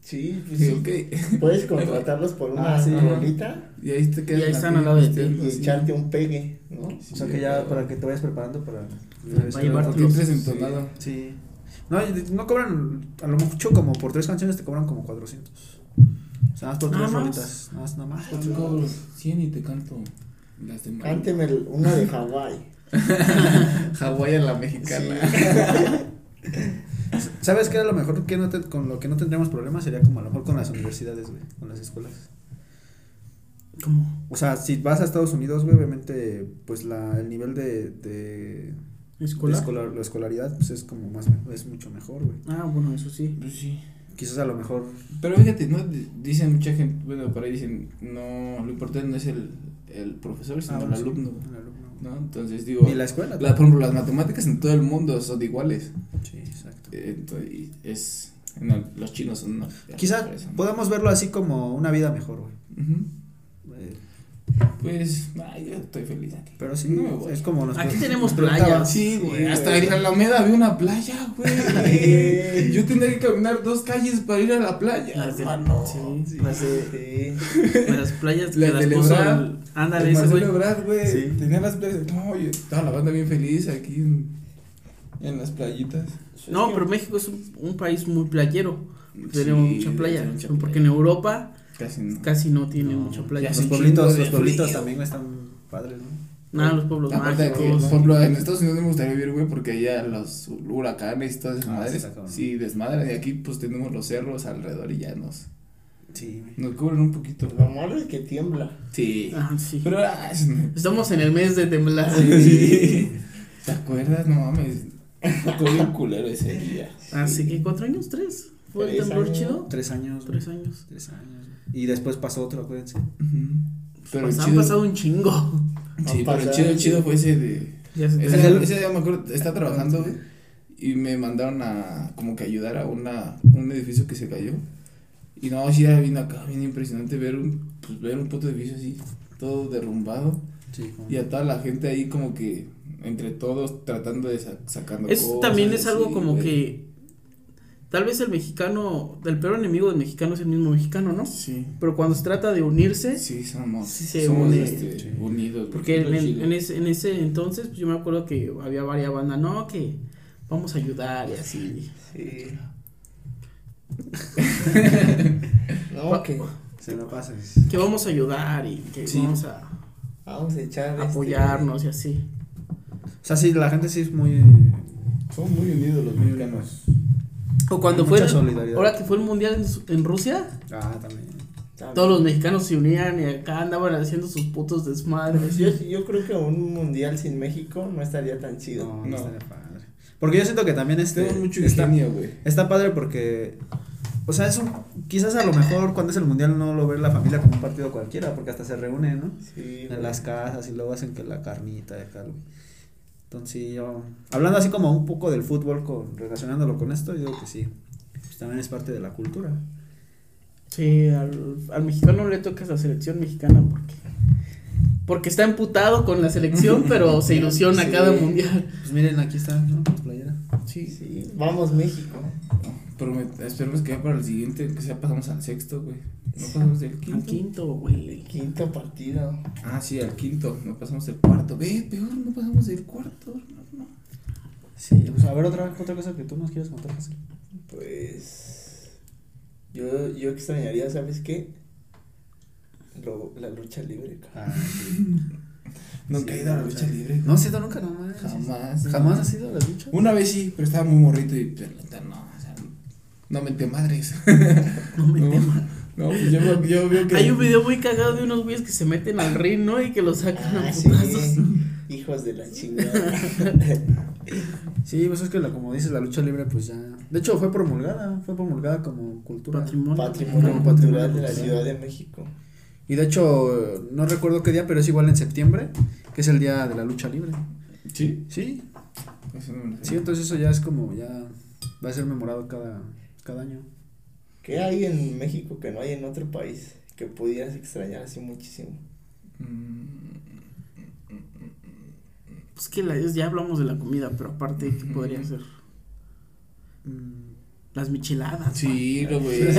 [SPEAKER 8] Sí, pues
[SPEAKER 9] Dije,
[SPEAKER 8] sí.
[SPEAKER 9] ok.
[SPEAKER 8] Puedes contratarlos por una
[SPEAKER 9] Ah,
[SPEAKER 8] así
[SPEAKER 9] ajá.
[SPEAKER 8] bolita
[SPEAKER 9] Y ahí te quedas.
[SPEAKER 2] Y ahí
[SPEAKER 9] en
[SPEAKER 2] están
[SPEAKER 9] pila
[SPEAKER 2] al lado de ti,
[SPEAKER 9] pisteando
[SPEAKER 8] y
[SPEAKER 9] así.
[SPEAKER 8] echarte un pegue, ¿no?
[SPEAKER 9] Sí,
[SPEAKER 3] O sea que ya
[SPEAKER 9] claro.
[SPEAKER 3] para que te vayas preparando para.
[SPEAKER 2] Para
[SPEAKER 3] Sí.
[SPEAKER 2] llevártelos.
[SPEAKER 9] Porque entres entonado.
[SPEAKER 3] Este, pues, Sí. No, y no cobran, a lo mucho como por tres canciones te cobran como 400. O sea, nada más por
[SPEAKER 2] Nada
[SPEAKER 3] tres
[SPEAKER 2] más.
[SPEAKER 3] rolitas. Nada más, nada más.
[SPEAKER 9] Yo te cobro 100 y te canto las de
[SPEAKER 8] Cánteme el- una de Hawái.
[SPEAKER 9] Hawái a la mexicana.
[SPEAKER 3] ¿Sabes qué? A lo mejor que no te- con lo que no tendríamos problemas sería como a lo mejor con las universidades, güey, con las escuelas.
[SPEAKER 2] ¿Cómo?
[SPEAKER 3] O sea, si vas a Estados Unidos, güey, obviamente, pues la, el nivel de, de, de
[SPEAKER 2] ¿Escolar?
[SPEAKER 3] escolar- la escolaridad pues es como más, es mucho mejor, güey.
[SPEAKER 2] Ah, bueno, eso sí.
[SPEAKER 9] Pues sí.
[SPEAKER 3] Quizás a lo mejor,
[SPEAKER 9] Pero fíjate, ¿no? D- Dicen mucha gente, bueno, por ahí dicen, no, lo importante no es el, el profesor, sino
[SPEAKER 3] Ah,
[SPEAKER 9] el
[SPEAKER 3] bueno, sí,
[SPEAKER 9] alumno.
[SPEAKER 3] el alumno.
[SPEAKER 9] ¿No? Entonces digo,
[SPEAKER 3] Y la escuela.
[SPEAKER 9] la- por ejemplo, las matemáticas en todo el mundo son iguales.
[SPEAKER 3] Sí, exacto.
[SPEAKER 9] Eh, ento- y es, en el- los chinos son una.
[SPEAKER 3] Quizás
[SPEAKER 9] por eso, ¿no?
[SPEAKER 3] podamos verlo así como una vida mejor, güey.
[SPEAKER 9] Ujú.
[SPEAKER 3] Eh,
[SPEAKER 9] Pues, ay, yo estoy feliz aquí.
[SPEAKER 3] Pero sí,
[SPEAKER 9] No me voy.
[SPEAKER 3] es como nos
[SPEAKER 2] Aquí
[SPEAKER 3] pre-
[SPEAKER 2] tenemos
[SPEAKER 3] nos preguntaban.
[SPEAKER 2] playas.
[SPEAKER 9] Ah, Sí, güey.
[SPEAKER 8] Sí,
[SPEAKER 9] Hasta
[SPEAKER 8] güey.
[SPEAKER 9] en la Alameda había una playa, güey. Yo tendría que caminar dos calles para ir a la playa.
[SPEAKER 2] Las de,
[SPEAKER 9] hermano. Pues,
[SPEAKER 2] sí,
[SPEAKER 9] Ah, Sí.
[SPEAKER 2] Las, de,
[SPEAKER 8] Sí.
[SPEAKER 2] de las playas que
[SPEAKER 9] Las
[SPEAKER 2] las
[SPEAKER 9] de
[SPEAKER 2] puso
[SPEAKER 9] Lebrán.
[SPEAKER 2] el- Ándale,
[SPEAKER 9] El
[SPEAKER 2] ese güey.
[SPEAKER 9] Marcelo Ebrard, güey.
[SPEAKER 3] Sí.
[SPEAKER 9] Tenía las playas. No, yo estaba la banda bien feliz aquí en, en las playitas.
[SPEAKER 2] No, pero México es un, un país muy playero. Tenemos
[SPEAKER 9] Sí,
[SPEAKER 2] mucha playa.
[SPEAKER 9] tenemos mucha
[SPEAKER 2] Porque en
[SPEAKER 9] playa.
[SPEAKER 2] Europa
[SPEAKER 9] Casi no.
[SPEAKER 2] casi no tiene
[SPEAKER 9] No,
[SPEAKER 2] mucha playa.
[SPEAKER 9] ya
[SPEAKER 3] Los
[SPEAKER 9] Un
[SPEAKER 3] pueblitos,
[SPEAKER 9] chingo de
[SPEAKER 3] los pueblitos
[SPEAKER 9] frío.
[SPEAKER 3] también están padres, ¿no?
[SPEAKER 2] Nada, los pueblos
[SPEAKER 9] Aparte de que,
[SPEAKER 2] mágicos.
[SPEAKER 9] por ejemplo, en Estados Unidos me gustaría vivir, güey, porque allá los huracanes y todas esas
[SPEAKER 3] Ah, sí,
[SPEAKER 9] madres,
[SPEAKER 3] está cabrón.
[SPEAKER 9] sí, desmadran. Y aquí, pues, tenemos los cerros alrededor y ya nos,
[SPEAKER 3] Sí, güey.
[SPEAKER 9] nos cubren un poquito.
[SPEAKER 8] Lo malo es que tiembla.
[SPEAKER 9] Sí.
[SPEAKER 2] Ah, sí.
[SPEAKER 9] Pero, ah, es-
[SPEAKER 2] Estamos en el mes de temblar.
[SPEAKER 9] ¿Te acuerdas? No mames. Fue bien culero ese día.
[SPEAKER 2] Así que cuatro años, tres. ¿Fue el
[SPEAKER 8] Tres
[SPEAKER 2] temblor
[SPEAKER 8] años.
[SPEAKER 2] chido?
[SPEAKER 3] Tres años. güey.
[SPEAKER 2] Tres años.
[SPEAKER 3] Tres años. güey. Y después pasó otro, acuérdense.
[SPEAKER 9] Pero
[SPEAKER 2] Pas-
[SPEAKER 9] el
[SPEAKER 2] Pues han
[SPEAKER 9] chido,
[SPEAKER 2] pasado un chingo.
[SPEAKER 9] sí,
[SPEAKER 8] Han
[SPEAKER 9] pero el
[SPEAKER 8] pasado,
[SPEAKER 9] chido, el
[SPEAKER 8] sí.
[SPEAKER 9] chido fue ese de...
[SPEAKER 2] Ya se
[SPEAKER 9] Ese,
[SPEAKER 2] te-
[SPEAKER 9] día- ese día me acuerdo, estaba trabajando, güey, y me mandaron a como que ayudar a una, un edificio que se cayó. Y no, sí, era bien acá, bien impresionante ver un, pues, ver un puto edificio así, todo derrumbado,
[SPEAKER 3] Sí, como-
[SPEAKER 9] y a toda la gente ahí como que, entre todos, tratando de sa- sacando
[SPEAKER 2] Es, también
[SPEAKER 9] cosas,
[SPEAKER 2] es algo
[SPEAKER 9] así,
[SPEAKER 2] como
[SPEAKER 9] güey.
[SPEAKER 2] que. Tal vez el mexicano. El peor enemigo del mexicano es el mismo mexicano, ¿no?
[SPEAKER 9] Sí,
[SPEAKER 2] Pero cuando se trata de unirse.
[SPEAKER 9] sí, somos,
[SPEAKER 2] Sí se
[SPEAKER 9] somos
[SPEAKER 2] une.
[SPEAKER 9] este,
[SPEAKER 3] Sí.
[SPEAKER 9] unidos. güey,
[SPEAKER 2] Porque en,
[SPEAKER 9] lo
[SPEAKER 2] en-
[SPEAKER 9] chido.
[SPEAKER 2] en ese, en ese entonces, pues yo me acuerdo que había varias bandas, no, que vamos a ayudar y así.
[SPEAKER 8] Sí. no, que
[SPEAKER 3] Se la pases.
[SPEAKER 2] Que vamos a ayudar y que
[SPEAKER 9] Sí.
[SPEAKER 2] vamos a
[SPEAKER 8] vamos a echar. este-
[SPEAKER 2] apoyarnos y así.
[SPEAKER 3] O sea, sí, la gente sí es muy.
[SPEAKER 9] Somos muy unidos los mexicanos.
[SPEAKER 2] O cuando
[SPEAKER 3] Mucha
[SPEAKER 2] fue. el-
[SPEAKER 3] solidaridad.
[SPEAKER 2] Ahora que fue el mundial en, Su- en Rusia,
[SPEAKER 3] Ah, también.
[SPEAKER 2] todos los mexicanos se unían y acá andaban haciendo sus putos desmadres.
[SPEAKER 8] Yo, yo creo que un mundial sin México no estaría tan chido.
[SPEAKER 3] No, no,
[SPEAKER 9] No.
[SPEAKER 3] estaría padre. Porque yo siento que también este.
[SPEAKER 9] Tenemos mucho
[SPEAKER 3] está,
[SPEAKER 9] ingenio, güey.
[SPEAKER 3] está padre porque. O sea, es un, quizás a lo mejor cuando es el mundial no lo ve la familia como un partido cualquiera, porque hasta se reúnen, ¿no?
[SPEAKER 8] Sí,
[SPEAKER 3] en las casas y luego hacen que la carnita de acá, güey. Entonces, sí, yo, hablando así como un poco del fútbol, con, relacionándolo con esto, yo digo que sí. Pues también es parte de la cultura.
[SPEAKER 2] Sí, al, al mexicano le toca la selección mexicana porque. Porque está emputado con la selección, pero se ilusiona
[SPEAKER 8] Sí.
[SPEAKER 2] cada mundial.
[SPEAKER 3] Pues miren, aquí está, ¿no? La playera.
[SPEAKER 2] Sí.
[SPEAKER 8] sí. Vamos México.
[SPEAKER 9] Promet- esperemos que ya para el siguiente, que sea pasamos al sexto, güey. No pasamos del
[SPEAKER 2] Al
[SPEAKER 9] quinto.
[SPEAKER 2] quinto, güey.
[SPEAKER 8] El quinto partido.
[SPEAKER 9] Ah, sí, al quinto. No pasamos del cuarto. Ve, peor, no pasamos del cuarto. No, no.
[SPEAKER 3] Sí, pues a ver otra, otra cosa que tú nos quieres contar, José.
[SPEAKER 8] Pues yo, yo extrañaría, ¿sabes qué? Lo- la lucha libre. cabrón.
[SPEAKER 3] Ah,
[SPEAKER 9] Nunca he ido a la lucha libre.
[SPEAKER 3] No has ido nunca, no manches.
[SPEAKER 9] Jamás.
[SPEAKER 3] Jamás has ido a la lucha.
[SPEAKER 9] Una vez sí, pero estaba muy morrito y pues, la neta, no, o sea, no menté madres.
[SPEAKER 2] No me temas.
[SPEAKER 9] No, pues, yo, yo veo que.
[SPEAKER 2] Hay un video muy cagado de unos güeyes que se meten al ring, ¿no? Y que lo sacan
[SPEAKER 8] Ah,
[SPEAKER 2] a
[SPEAKER 8] sí.
[SPEAKER 2] putazos.
[SPEAKER 8] Hijos de la chingada.
[SPEAKER 3] Sí, pues es que la- como dices, la lucha libre, pues ya. De hecho, fue promulgada, fue promulgada como cultura.
[SPEAKER 2] Patrimonio.
[SPEAKER 8] Patrimonio cultural de la Ciudad de México.
[SPEAKER 3] Y de hecho, no recuerdo qué día, pero es igual en septiembre, que es el día de la lucha libre.
[SPEAKER 9] Sí.
[SPEAKER 3] Sí,
[SPEAKER 9] Eso no me lo sé.
[SPEAKER 3] Sí, entonces eso ya es como, ya va a ser memorado cada, cada año.
[SPEAKER 8] ¿Qué hay en México que no hay en otro país que pudieras extrañar así muchísimo?
[SPEAKER 2] Pues que la, ya hablamos de la comida, pero aparte, ¿qué podría ser? Mm, Las micheladas.
[SPEAKER 9] Sí, lo güey.
[SPEAKER 8] Sí,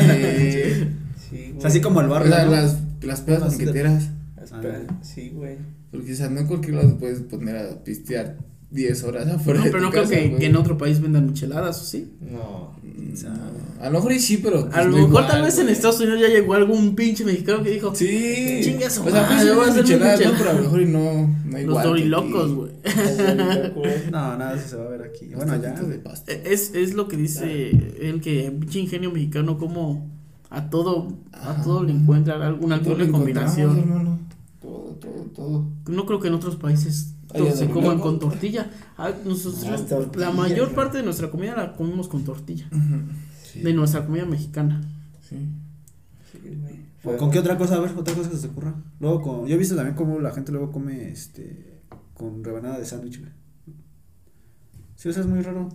[SPEAKER 8] güey.
[SPEAKER 3] O sea, así como Ah, el barrio.
[SPEAKER 9] O sea,
[SPEAKER 3] ¿no?
[SPEAKER 9] las, las pedas
[SPEAKER 3] Las-
[SPEAKER 9] banqueteras.
[SPEAKER 8] Espera, Sí, güey.
[SPEAKER 9] Porque, o sea, no en cualquier lado te puedes poner a pistear 10 horas afuera.
[SPEAKER 2] No,
[SPEAKER 9] de
[SPEAKER 2] pero
[SPEAKER 9] tu
[SPEAKER 2] no creo
[SPEAKER 9] casa,
[SPEAKER 2] que,
[SPEAKER 9] güey.
[SPEAKER 2] que en otro país vendan micheladas, ¿o sí?
[SPEAKER 8] No.
[SPEAKER 9] No, A lo mejor y sí, pero. pues,
[SPEAKER 2] A lo
[SPEAKER 9] no
[SPEAKER 2] mejor
[SPEAKER 9] igual,
[SPEAKER 2] tal vez en
[SPEAKER 9] güey.
[SPEAKER 2] Estados Unidos ya llegó algún pinche mexicano que dijo,
[SPEAKER 9] Sí.
[SPEAKER 2] Chinga su
[SPEAKER 9] o sea, pues
[SPEAKER 2] madre, voy
[SPEAKER 9] sí,
[SPEAKER 2] a hacer
[SPEAKER 9] unas
[SPEAKER 2] mis
[SPEAKER 9] micheladas, ¿no?
[SPEAKER 2] micheladas.
[SPEAKER 9] Pero a lo mejor y no, no igual.
[SPEAKER 2] los
[SPEAKER 9] que aquí.
[SPEAKER 2] dorilocos, güey.
[SPEAKER 3] No, nada, eso se va a ver aquí.
[SPEAKER 9] Los
[SPEAKER 3] Bueno, allá.
[SPEAKER 9] taquitos este de pasta.
[SPEAKER 2] Es, es lo que dice él, que el pinche ingenio mexicano como a todo, a
[SPEAKER 9] Ajá.
[SPEAKER 2] todo le encuentran alguna,
[SPEAKER 9] Todo
[SPEAKER 2] alguna
[SPEAKER 9] lo encontramos,
[SPEAKER 2] combinación.
[SPEAKER 9] hermano. Todo, todo, todo.
[SPEAKER 2] No creo que en otros países
[SPEAKER 9] Ay,
[SPEAKER 2] to-
[SPEAKER 9] ya
[SPEAKER 2] se
[SPEAKER 9] de
[SPEAKER 2] coman
[SPEAKER 9] loco.
[SPEAKER 2] con tortilla. Ah, nosotros-
[SPEAKER 8] Las
[SPEAKER 2] la
[SPEAKER 8] tortillas,
[SPEAKER 2] mayor
[SPEAKER 8] güey.
[SPEAKER 2] parte de nuestra comida la comemos con tortilla,
[SPEAKER 9] Sí.
[SPEAKER 2] de nuestra comida mexicana.
[SPEAKER 9] Sí.
[SPEAKER 3] ¿O ¿Con qué otra cosa? A ver, otra cosa que se te ocurra. Luego, con, yo he visto también cómo la gente luego come este con rebanada de sándwich, güey. Sí, o sea, es muy raro.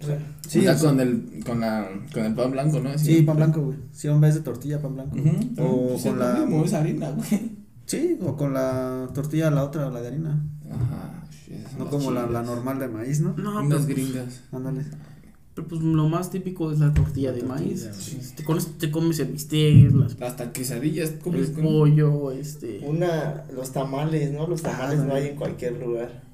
[SPEAKER 3] O sea,
[SPEAKER 9] Sí,
[SPEAKER 3] sí, o sea,
[SPEAKER 9] con el, con la, con el pan blanco, ¿no? Así.
[SPEAKER 3] sí, pan blanco, güey. Sí, en vez de tortilla, pan blanco.
[SPEAKER 9] Ujú.
[SPEAKER 3] O
[SPEAKER 9] Pues
[SPEAKER 3] con
[SPEAKER 9] es
[SPEAKER 3] la.
[SPEAKER 9] lo mismo, es harina, güey.
[SPEAKER 3] Sí, o con la tortilla, la otra, la de harina.
[SPEAKER 9] Ajá. sí, esas son
[SPEAKER 3] No
[SPEAKER 9] las
[SPEAKER 3] como la, la
[SPEAKER 9] chidas.
[SPEAKER 3] normal de maíz, ¿no?
[SPEAKER 2] No, pues, pero,
[SPEAKER 9] Unas gringas.
[SPEAKER 3] Ándale.
[SPEAKER 2] pero pues lo más típico es la tortilla de maíz.
[SPEAKER 3] tortilla,
[SPEAKER 9] sí.
[SPEAKER 2] Te, comes, te comes el bistec, las-
[SPEAKER 9] Hasta quesadillas comes
[SPEAKER 2] el
[SPEAKER 9] con-
[SPEAKER 2] pollo, este...
[SPEAKER 8] Una, los tamales, ¿no?
[SPEAKER 3] Ah,
[SPEAKER 8] Los tamales no hay en cualquier lugar.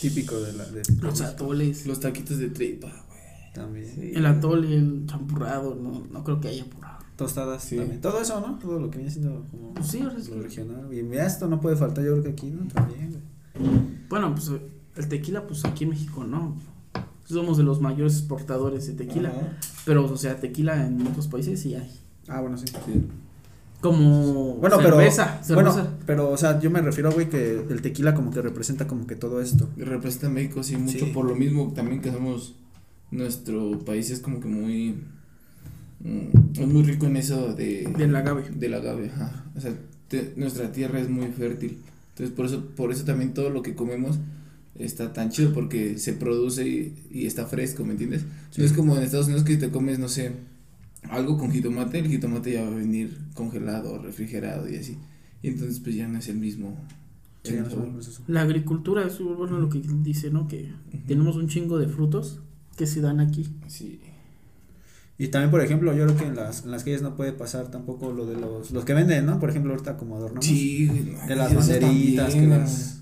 [SPEAKER 3] Típico de la. De,
[SPEAKER 2] Los atoles.
[SPEAKER 9] los taquitos de tripa, güey.
[SPEAKER 3] también.
[SPEAKER 8] Sí.
[SPEAKER 2] El atole, el champurrado, no, no creo que haya apurado.
[SPEAKER 3] Tostadas
[SPEAKER 9] Sí.
[SPEAKER 3] también. Todo eso, ¿no? Todo lo que viene siendo como.
[SPEAKER 2] Pues sí, ahora sí.
[SPEAKER 3] Lo regional. Y mira, esto no puede faltar, yo creo que aquí, ¿no? También, güey.
[SPEAKER 2] Bueno, pues eh, el tequila, pues aquí en México no. Somos de los mayores exportadores de tequila.
[SPEAKER 9] Ajá.
[SPEAKER 2] Pero, o sea, tequila en otros países sí hay.
[SPEAKER 3] Ah, bueno, sí.
[SPEAKER 9] Sí.
[SPEAKER 2] Como
[SPEAKER 3] Bueno,
[SPEAKER 2] cerveza,
[SPEAKER 3] pero.
[SPEAKER 2] cerveza.
[SPEAKER 3] Bueno, pero, o sea, yo me refiero, güey, que el tequila como que representa como que todo esto.
[SPEAKER 9] representa a México sí mucho
[SPEAKER 3] Sí.
[SPEAKER 9] por lo mismo también que somos nuestro país es como que muy mm, es muy rico en eso de
[SPEAKER 2] Del agave.
[SPEAKER 9] del agave ajá. o sea te- nuestra tierra es muy fértil entonces por eso por eso también todo lo que comemos está tan chido porque se produce y, y está fresco me entiendes no es como en Estados Unidos que te comes no sé algo con jitomate el jitomate ya va a venir congelado refrigerado y así y entonces pues ya no es el mismo
[SPEAKER 3] Sí,
[SPEAKER 9] el
[SPEAKER 3] no sé,
[SPEAKER 9] sabor.
[SPEAKER 3] pues eso.
[SPEAKER 2] La agricultura es bueno lo que dice, ¿no? Que
[SPEAKER 9] Ujú.
[SPEAKER 2] tenemos un chingo de frutos que se dan aquí.
[SPEAKER 9] sí
[SPEAKER 3] Y también, por ejemplo, yo creo que en las, en las calles no puede pasar tampoco lo de los, los que venden, ¿no? Por ejemplo, ahorita como adornamos.
[SPEAKER 9] Sí, no,
[SPEAKER 3] Que las
[SPEAKER 9] eso
[SPEAKER 3] banderitas, que
[SPEAKER 9] también,
[SPEAKER 3] las.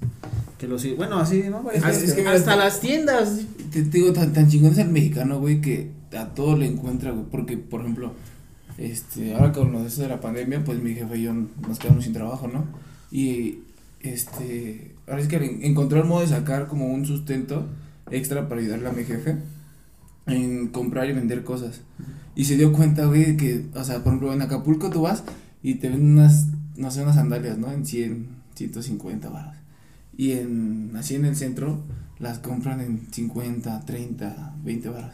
[SPEAKER 3] Que los. Bueno, así, ¿no? Varias
[SPEAKER 9] Ah,
[SPEAKER 3] cosas
[SPEAKER 9] es que mira,
[SPEAKER 2] Hasta
[SPEAKER 9] te-
[SPEAKER 2] las tiendas.
[SPEAKER 9] Te, te digo, tan, tan chingón es el mexicano, güey, que a todo le encuentra, güey. Porque, por ejemplo, este, ahora con lo de eso de la pandemia, pues mi jefe y yo nos quedamos sin trabajo, ¿no? Y, este, ahora es que le encontró el modo de sacar como un sustento extra para ayudarle a mi jefe en comprar y vender cosas. Y se dio cuenta, güey, que, o sea, por ejemplo, en Acapulco tú vas y te venden unas, no sé, unas sandalias, ¿no? En 100, 150 baros. Y en, así en el centro las compran en 50, 30, 20 baros.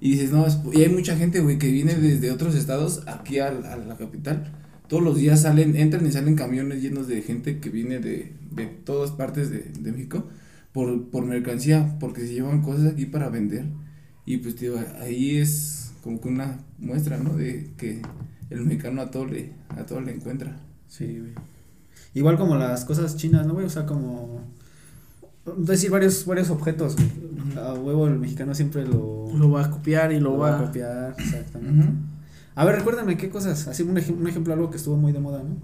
[SPEAKER 9] Y dices, no, es- y hay mucha gente, güey, que viene desde otros estados aquí a, la- a la capital. Todos los días salen, entran y salen camiones llenos de gente que viene de, de todas partes de, de México por, por mercancía, porque se llevan cosas aquí para vender. Y pues, tío, ahí es como que una muestra, ¿no? De que el mexicano a todo le, a todo le encuentra.
[SPEAKER 3] Sí, güey. Igual como las cosas chinas, ¿no, güey? O sea, como. Es decir, varios, varios objetos, güey. A huevo, el mexicano siempre lo.
[SPEAKER 2] Lo va a copiar y lo,
[SPEAKER 3] lo
[SPEAKER 2] va,
[SPEAKER 3] va a copiar, exactamente. A ver, recuérdame qué cosas. Así un, ejem- un ejemplo, algo que estuvo muy de moda, ¿no?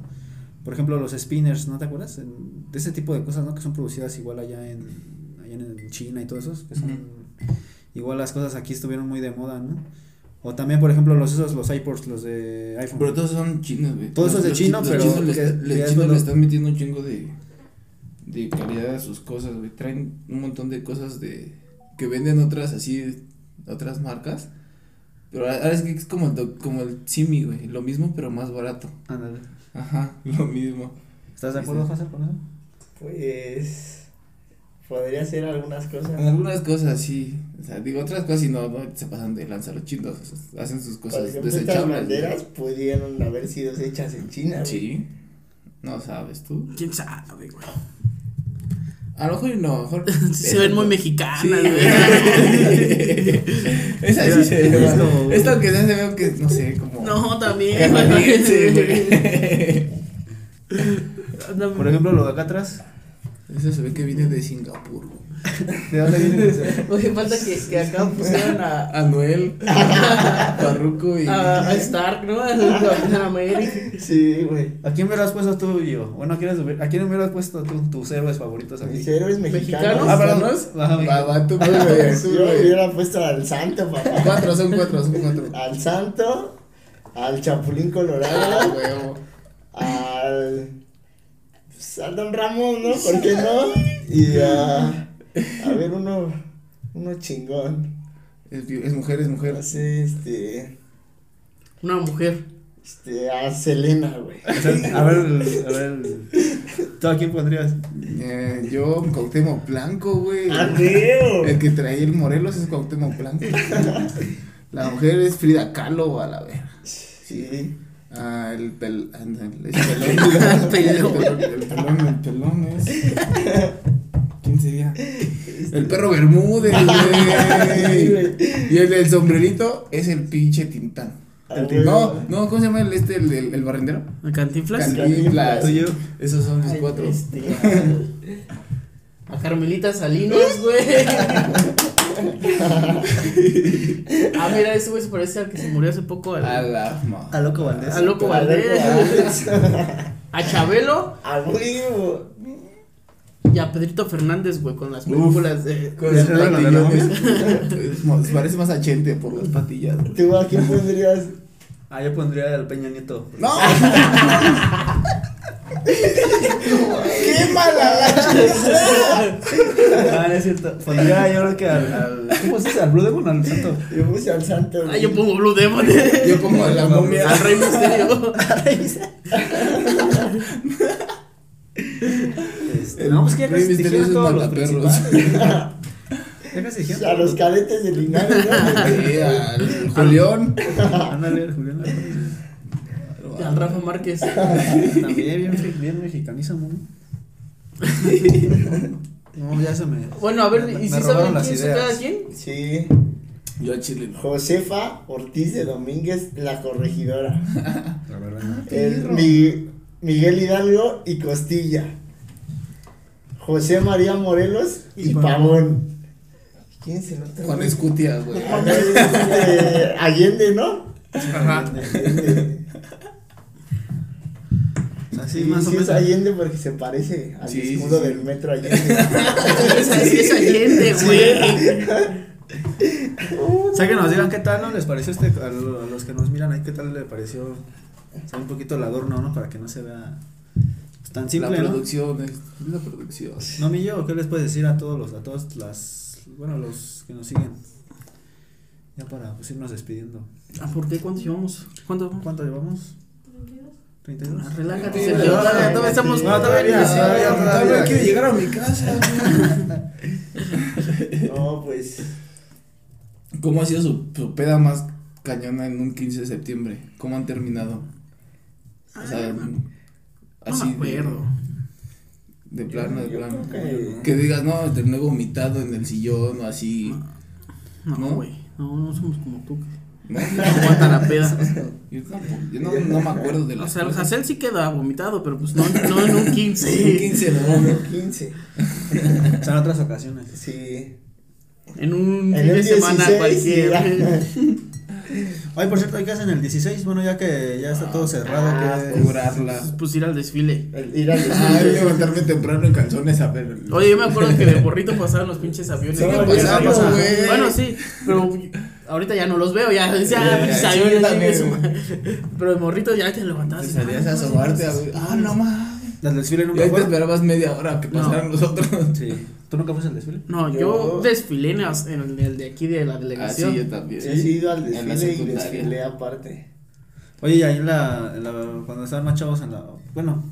[SPEAKER 3] Por ejemplo, los spinners, ¿no te acuerdas? En- de ese tipo de cosas, ¿no? Que son producidas igual allá en, allá en China y todo eso. Que son, Igual las cosas aquí estuvieron muy de moda, ¿no? O también, por ejemplo, los esos, los iPods, los de iPhone.
[SPEAKER 9] Pero todos son chinos, güey.
[SPEAKER 3] Todos son de
[SPEAKER 9] Los
[SPEAKER 3] chino,
[SPEAKER 9] chi- los
[SPEAKER 3] pero
[SPEAKER 9] chinos le,
[SPEAKER 3] que-
[SPEAKER 9] está-
[SPEAKER 3] que
[SPEAKER 9] los
[SPEAKER 3] ya
[SPEAKER 9] chinos
[SPEAKER 3] es
[SPEAKER 9] le
[SPEAKER 3] lo-
[SPEAKER 9] están metiendo un chingo de, de calidad a sus cosas, güey. Traen un montón de cosas de que venden otras así, otras marcas. Pero ahora es que es como el, doc- como el Simi, güey. Lo mismo, pero más barato.
[SPEAKER 3] Ándale.
[SPEAKER 9] Ajá, lo mismo.
[SPEAKER 3] ¿Estás de
[SPEAKER 9] Sí,
[SPEAKER 3] acuerdo,
[SPEAKER 9] sí.
[SPEAKER 3] Hazard, con eso?
[SPEAKER 8] Pues. Podría ser algunas
[SPEAKER 9] En
[SPEAKER 8] cosas.
[SPEAKER 9] algunas cosas sí. O sea, digo, otras cosas sí no, no se pasan de lanzar los chinos. Hacen sus
[SPEAKER 8] Por
[SPEAKER 9] cosas
[SPEAKER 8] ejemplo, estas
[SPEAKER 9] desechables.
[SPEAKER 8] banderas
[SPEAKER 9] güey.
[SPEAKER 8] pudieron haber sido hechas en China. güey.
[SPEAKER 9] Sí. No sabes tú.
[SPEAKER 2] ¿Quién sabe, güey?
[SPEAKER 9] A lo mejor y no, a lo mejor.
[SPEAKER 2] Sí, se ven muy mexicanas,
[SPEAKER 9] Sí.
[SPEAKER 2] güey.
[SPEAKER 9] Esa sí se ve.
[SPEAKER 2] Es como-
[SPEAKER 9] Esto que se veo que, no sé, como.
[SPEAKER 2] No, también.
[SPEAKER 9] canadiense,
[SPEAKER 2] güey.
[SPEAKER 9] güey.
[SPEAKER 2] Anda-
[SPEAKER 3] Por ejemplo, lo de acá atrás.
[SPEAKER 9] Eso se ve que viene de Singapur, güey.
[SPEAKER 3] ¿De dónde viene eso?
[SPEAKER 2] Oye, Pues falta que, que acá pues, pusieran a, Ah.
[SPEAKER 9] Anuel, Barruco y.
[SPEAKER 2] a, a Stark, ¿no? A Capitán América.
[SPEAKER 3] Sí, güey. ¿A quién me hubieras puesto tú y yo? Bueno, ¿a quién hubiera- a quién me hubieras puesto tú tus héroes favoritos aquí?
[SPEAKER 8] Mis héroes mexicanos.
[SPEAKER 2] ¿Mexicanos?
[SPEAKER 3] Ah, perdón. Ajá, güey.
[SPEAKER 9] Va, va, tú,
[SPEAKER 8] Yo
[SPEAKER 9] Ah,
[SPEAKER 2] Ah,
[SPEAKER 9] güey, tú,
[SPEAKER 8] yo
[SPEAKER 9] güey.
[SPEAKER 8] hubiera puesto al santo, papá.
[SPEAKER 9] Cuatro, son cuatro, son cuatro.
[SPEAKER 8] Al santo, al chapulín
[SPEAKER 9] Ah,
[SPEAKER 8] colorado,
[SPEAKER 9] huevo.
[SPEAKER 8] al. pues, al don Ramón, ¿no? ¿Por qué no? Y a. A ver, uno. Uno chingón.
[SPEAKER 9] Es, vi- es mujer, es
[SPEAKER 2] Ah,
[SPEAKER 9] mujer.
[SPEAKER 8] Así, este.
[SPEAKER 2] Una mujer.
[SPEAKER 8] Este, a Selena, güey.
[SPEAKER 3] O sea, a ver, el- a ver. el- ¿Tú a quién pondrías?
[SPEAKER 9] Eh, yo, Cuauhtémoc Blanco, güey.
[SPEAKER 3] Ah,
[SPEAKER 2] Ah,
[SPEAKER 9] El
[SPEAKER 8] ¡Adiós!
[SPEAKER 9] que traía el Morelos es Cuauhtémoc Blanco. La mujer es Frida Kahlo, a la verga.
[SPEAKER 8] Sí.
[SPEAKER 9] Ah, el, pel, el, el pelón. El pelón. El pelón, el pelón es. ¿Quién sería? El perro Bermúdez,
[SPEAKER 8] Sí,
[SPEAKER 9] güey.
[SPEAKER 8] güey.
[SPEAKER 9] Y el, del sombrerito es el pinche Tintán.
[SPEAKER 8] Ah, güey.
[SPEAKER 9] No, no, ¿cómo se llama el este, el, el, el barrendero?
[SPEAKER 2] ¿A Cantinflas?
[SPEAKER 9] Cantinflas.
[SPEAKER 3] ¿Tú y yo?
[SPEAKER 9] Esos son los
[SPEAKER 2] Ay,
[SPEAKER 9] cuatro.
[SPEAKER 2] este, a- A Carmelita Salinas, güey. Ah, mira, ese güey se parece al que se murió hace poco. Al,
[SPEAKER 9] A la ma-
[SPEAKER 3] A Loco Valdés.
[SPEAKER 2] al Loco Valdés. A Chabelo
[SPEAKER 8] ¡A huevo!
[SPEAKER 2] y a Pedrito Fernández, güey, con las películas de.
[SPEAKER 9] Con
[SPEAKER 3] Ya
[SPEAKER 9] sus
[SPEAKER 3] se lo
[SPEAKER 9] patillones. Mo- Parece más achente por las patillas. güey.
[SPEAKER 8] ¿Tú a quién pondrías?
[SPEAKER 3] Ah, yo pondría al Peña Nieto.
[SPEAKER 9] ¡No! ¡Qué mala!
[SPEAKER 3] Ah, no es cierto. Pondría yo creo que al. al ¿Qué pusiste? ¿Al Blue Demon o al Santo?
[SPEAKER 8] Yo puse al santo.
[SPEAKER 2] Ah,
[SPEAKER 8] güey.
[SPEAKER 2] yo pongo Blue Demon.
[SPEAKER 9] Yo pongo a la momia.
[SPEAKER 2] Al Rey Misterio.
[SPEAKER 3] Este, no, pues que ya
[SPEAKER 9] Rey
[SPEAKER 3] casi
[SPEAKER 9] Misterio
[SPEAKER 3] dijeron
[SPEAKER 9] es un
[SPEAKER 3] todos los
[SPEAKER 9] mataperros.
[SPEAKER 3] principales. Ya casi dijeron
[SPEAKER 8] A
[SPEAKER 3] todos
[SPEAKER 8] los cadetes de Linares, ¿no?
[SPEAKER 9] Sí, al Julián.
[SPEAKER 3] Ándale, al Julián Álvarez.
[SPEAKER 2] Y al Rafa Márquez.
[SPEAKER 3] También bien, fe- bien mexicaniza, muy. No, ya se me.
[SPEAKER 2] Bueno, a ver,
[SPEAKER 3] me-
[SPEAKER 2] ¿y
[SPEAKER 3] me
[SPEAKER 2] si
[SPEAKER 3] robaron
[SPEAKER 2] saben
[SPEAKER 3] las
[SPEAKER 2] quién es
[SPEAKER 3] ideas.
[SPEAKER 2] cada quien?
[SPEAKER 8] Sí.
[SPEAKER 9] Yo a Chile no.
[SPEAKER 8] Josefa Ortiz de Domínguez, la corregidora.
[SPEAKER 3] La verdad, no.
[SPEAKER 8] El Mi- Miguel Hidalgo y Costilla. José María Morelos y,
[SPEAKER 3] Y Pavón.
[SPEAKER 8] Pavón. ¿Quién es el otro?
[SPEAKER 9] Juan
[SPEAKER 8] güey?
[SPEAKER 9] Escutia, güey.
[SPEAKER 8] Ah, no, es, este, Allende, ¿no? Allende.
[SPEAKER 3] Así
[SPEAKER 8] Sí,
[SPEAKER 3] más o
[SPEAKER 8] sí es
[SPEAKER 3] menos.
[SPEAKER 8] Allende porque se parece al
[SPEAKER 9] Sí, sí,
[SPEAKER 8] escudo
[SPEAKER 9] sí.
[SPEAKER 8] del metro Allende.
[SPEAKER 2] Es que sí es Allende, güey.
[SPEAKER 3] O sea, que nos digan qué tal, ¿no? ¿Les pareció este? A, lo- a los que nos miran ahí, ¿qué tal le pareció? O sea, un poquito el adorno, ¿no? Para que no se vea pues, tan
[SPEAKER 9] La
[SPEAKER 3] simple, ¿no?
[SPEAKER 9] producción, es es la producción.
[SPEAKER 3] No, mi yo, ¿qué les puedes decir a todos los, a todas las, bueno, los que nos siguen? Ya para pues, irnos despidiendo.
[SPEAKER 2] Ah, ¿Por qué? ¿Cuántos llevamos? ¿Cuántos vamos?
[SPEAKER 3] ¿Cuánto llevamos? ¿32?
[SPEAKER 2] Ah, Relájate,
[SPEAKER 9] Sí,
[SPEAKER 2] Sergio.
[SPEAKER 9] relájate.
[SPEAKER 2] Todavía todavía estamos.
[SPEAKER 3] No, Ah, todavía,
[SPEAKER 2] Sí,
[SPEAKER 3] todavía, todavía.
[SPEAKER 9] quiero llegar a mi casa. güey.
[SPEAKER 8] No, pues.
[SPEAKER 9] ¿Cómo ha sido su, su peda más cañona en un 15 de septiembre? ¿Cómo han terminado? O sea,
[SPEAKER 2] Ah, No
[SPEAKER 9] así
[SPEAKER 2] me
[SPEAKER 9] de-
[SPEAKER 2] acuerdo.
[SPEAKER 9] De, plano, de
[SPEAKER 8] Yo
[SPEAKER 9] plano.
[SPEAKER 8] creo que-
[SPEAKER 9] Que digas, no, terminé vomitado en el sillón o así.
[SPEAKER 2] No,
[SPEAKER 9] ¿No?
[SPEAKER 2] güey. No, no somos como tú.
[SPEAKER 9] No,
[SPEAKER 2] que Aguanta la peda.
[SPEAKER 9] yo tampoco, yo no, no me acuerdo de
[SPEAKER 2] O
[SPEAKER 9] las
[SPEAKER 2] sea, el
[SPEAKER 9] cosas.
[SPEAKER 2] Hassel sí queda vomitado, pero pues no, no en un 15.
[SPEAKER 9] Un 15, no.
[SPEAKER 8] 15.
[SPEAKER 3] O sea, en otras ocasiones.
[SPEAKER 8] Sí.
[SPEAKER 2] En un
[SPEAKER 8] En
[SPEAKER 2] fin de
[SPEAKER 8] un
[SPEAKER 2] semana
[SPEAKER 8] 16,
[SPEAKER 2] cualquiera.
[SPEAKER 8] ya.
[SPEAKER 3] Ay, por cierto, hay que hacer el 16, bueno, ya que ya está todo cerrado,
[SPEAKER 8] ah,
[SPEAKER 3] que
[SPEAKER 9] Curarla.
[SPEAKER 2] Pues ir al desfile.
[SPEAKER 8] El ir al
[SPEAKER 9] Ah,
[SPEAKER 8] desfile.
[SPEAKER 9] levantarme temprano en calzones a ver.
[SPEAKER 2] Oye, yo me acuerdo que de borrito pasaron los pinches aviones.
[SPEAKER 9] Sí,
[SPEAKER 2] ¿no?
[SPEAKER 9] pasaron,
[SPEAKER 2] Bueno,
[SPEAKER 9] pasaron.
[SPEAKER 2] sí, Bueno, sí, pero ahorita ya no los veo. Ya decía,
[SPEAKER 9] Ya,
[SPEAKER 2] ah, pinches
[SPEAKER 9] sí,
[SPEAKER 2] aviones,
[SPEAKER 9] yo también,
[SPEAKER 2] chingue su madre. Pero de morrito ya te levantabas.
[SPEAKER 9] Te
[SPEAKER 2] y,
[SPEAKER 9] salías
[SPEAKER 2] ah,
[SPEAKER 9] a
[SPEAKER 2] no,
[SPEAKER 9] asomarte a
[SPEAKER 2] sí,
[SPEAKER 9] ver. Ah, no mames.
[SPEAKER 3] las desfiles
[SPEAKER 9] Y
[SPEAKER 3] nunca
[SPEAKER 9] ahí te
[SPEAKER 3] fueron.
[SPEAKER 9] esperabas media hora que pasaran los otros. Ah,
[SPEAKER 3] Sí. ¿Tú nunca fuiste al desfile?
[SPEAKER 2] No, yo,
[SPEAKER 8] Yo-
[SPEAKER 2] desfilé en, as- en el de aquí de la
[SPEAKER 9] Ah, sí, yo
[SPEAKER 2] delegación.
[SPEAKER 9] también.
[SPEAKER 8] Sí, he ido al
[SPEAKER 9] En la
[SPEAKER 8] desfile y
[SPEAKER 9] secundaria.
[SPEAKER 8] desfilé aparte.
[SPEAKER 3] Oye, y ahí en la, en la- cuando estaban más chavos en la, bueno,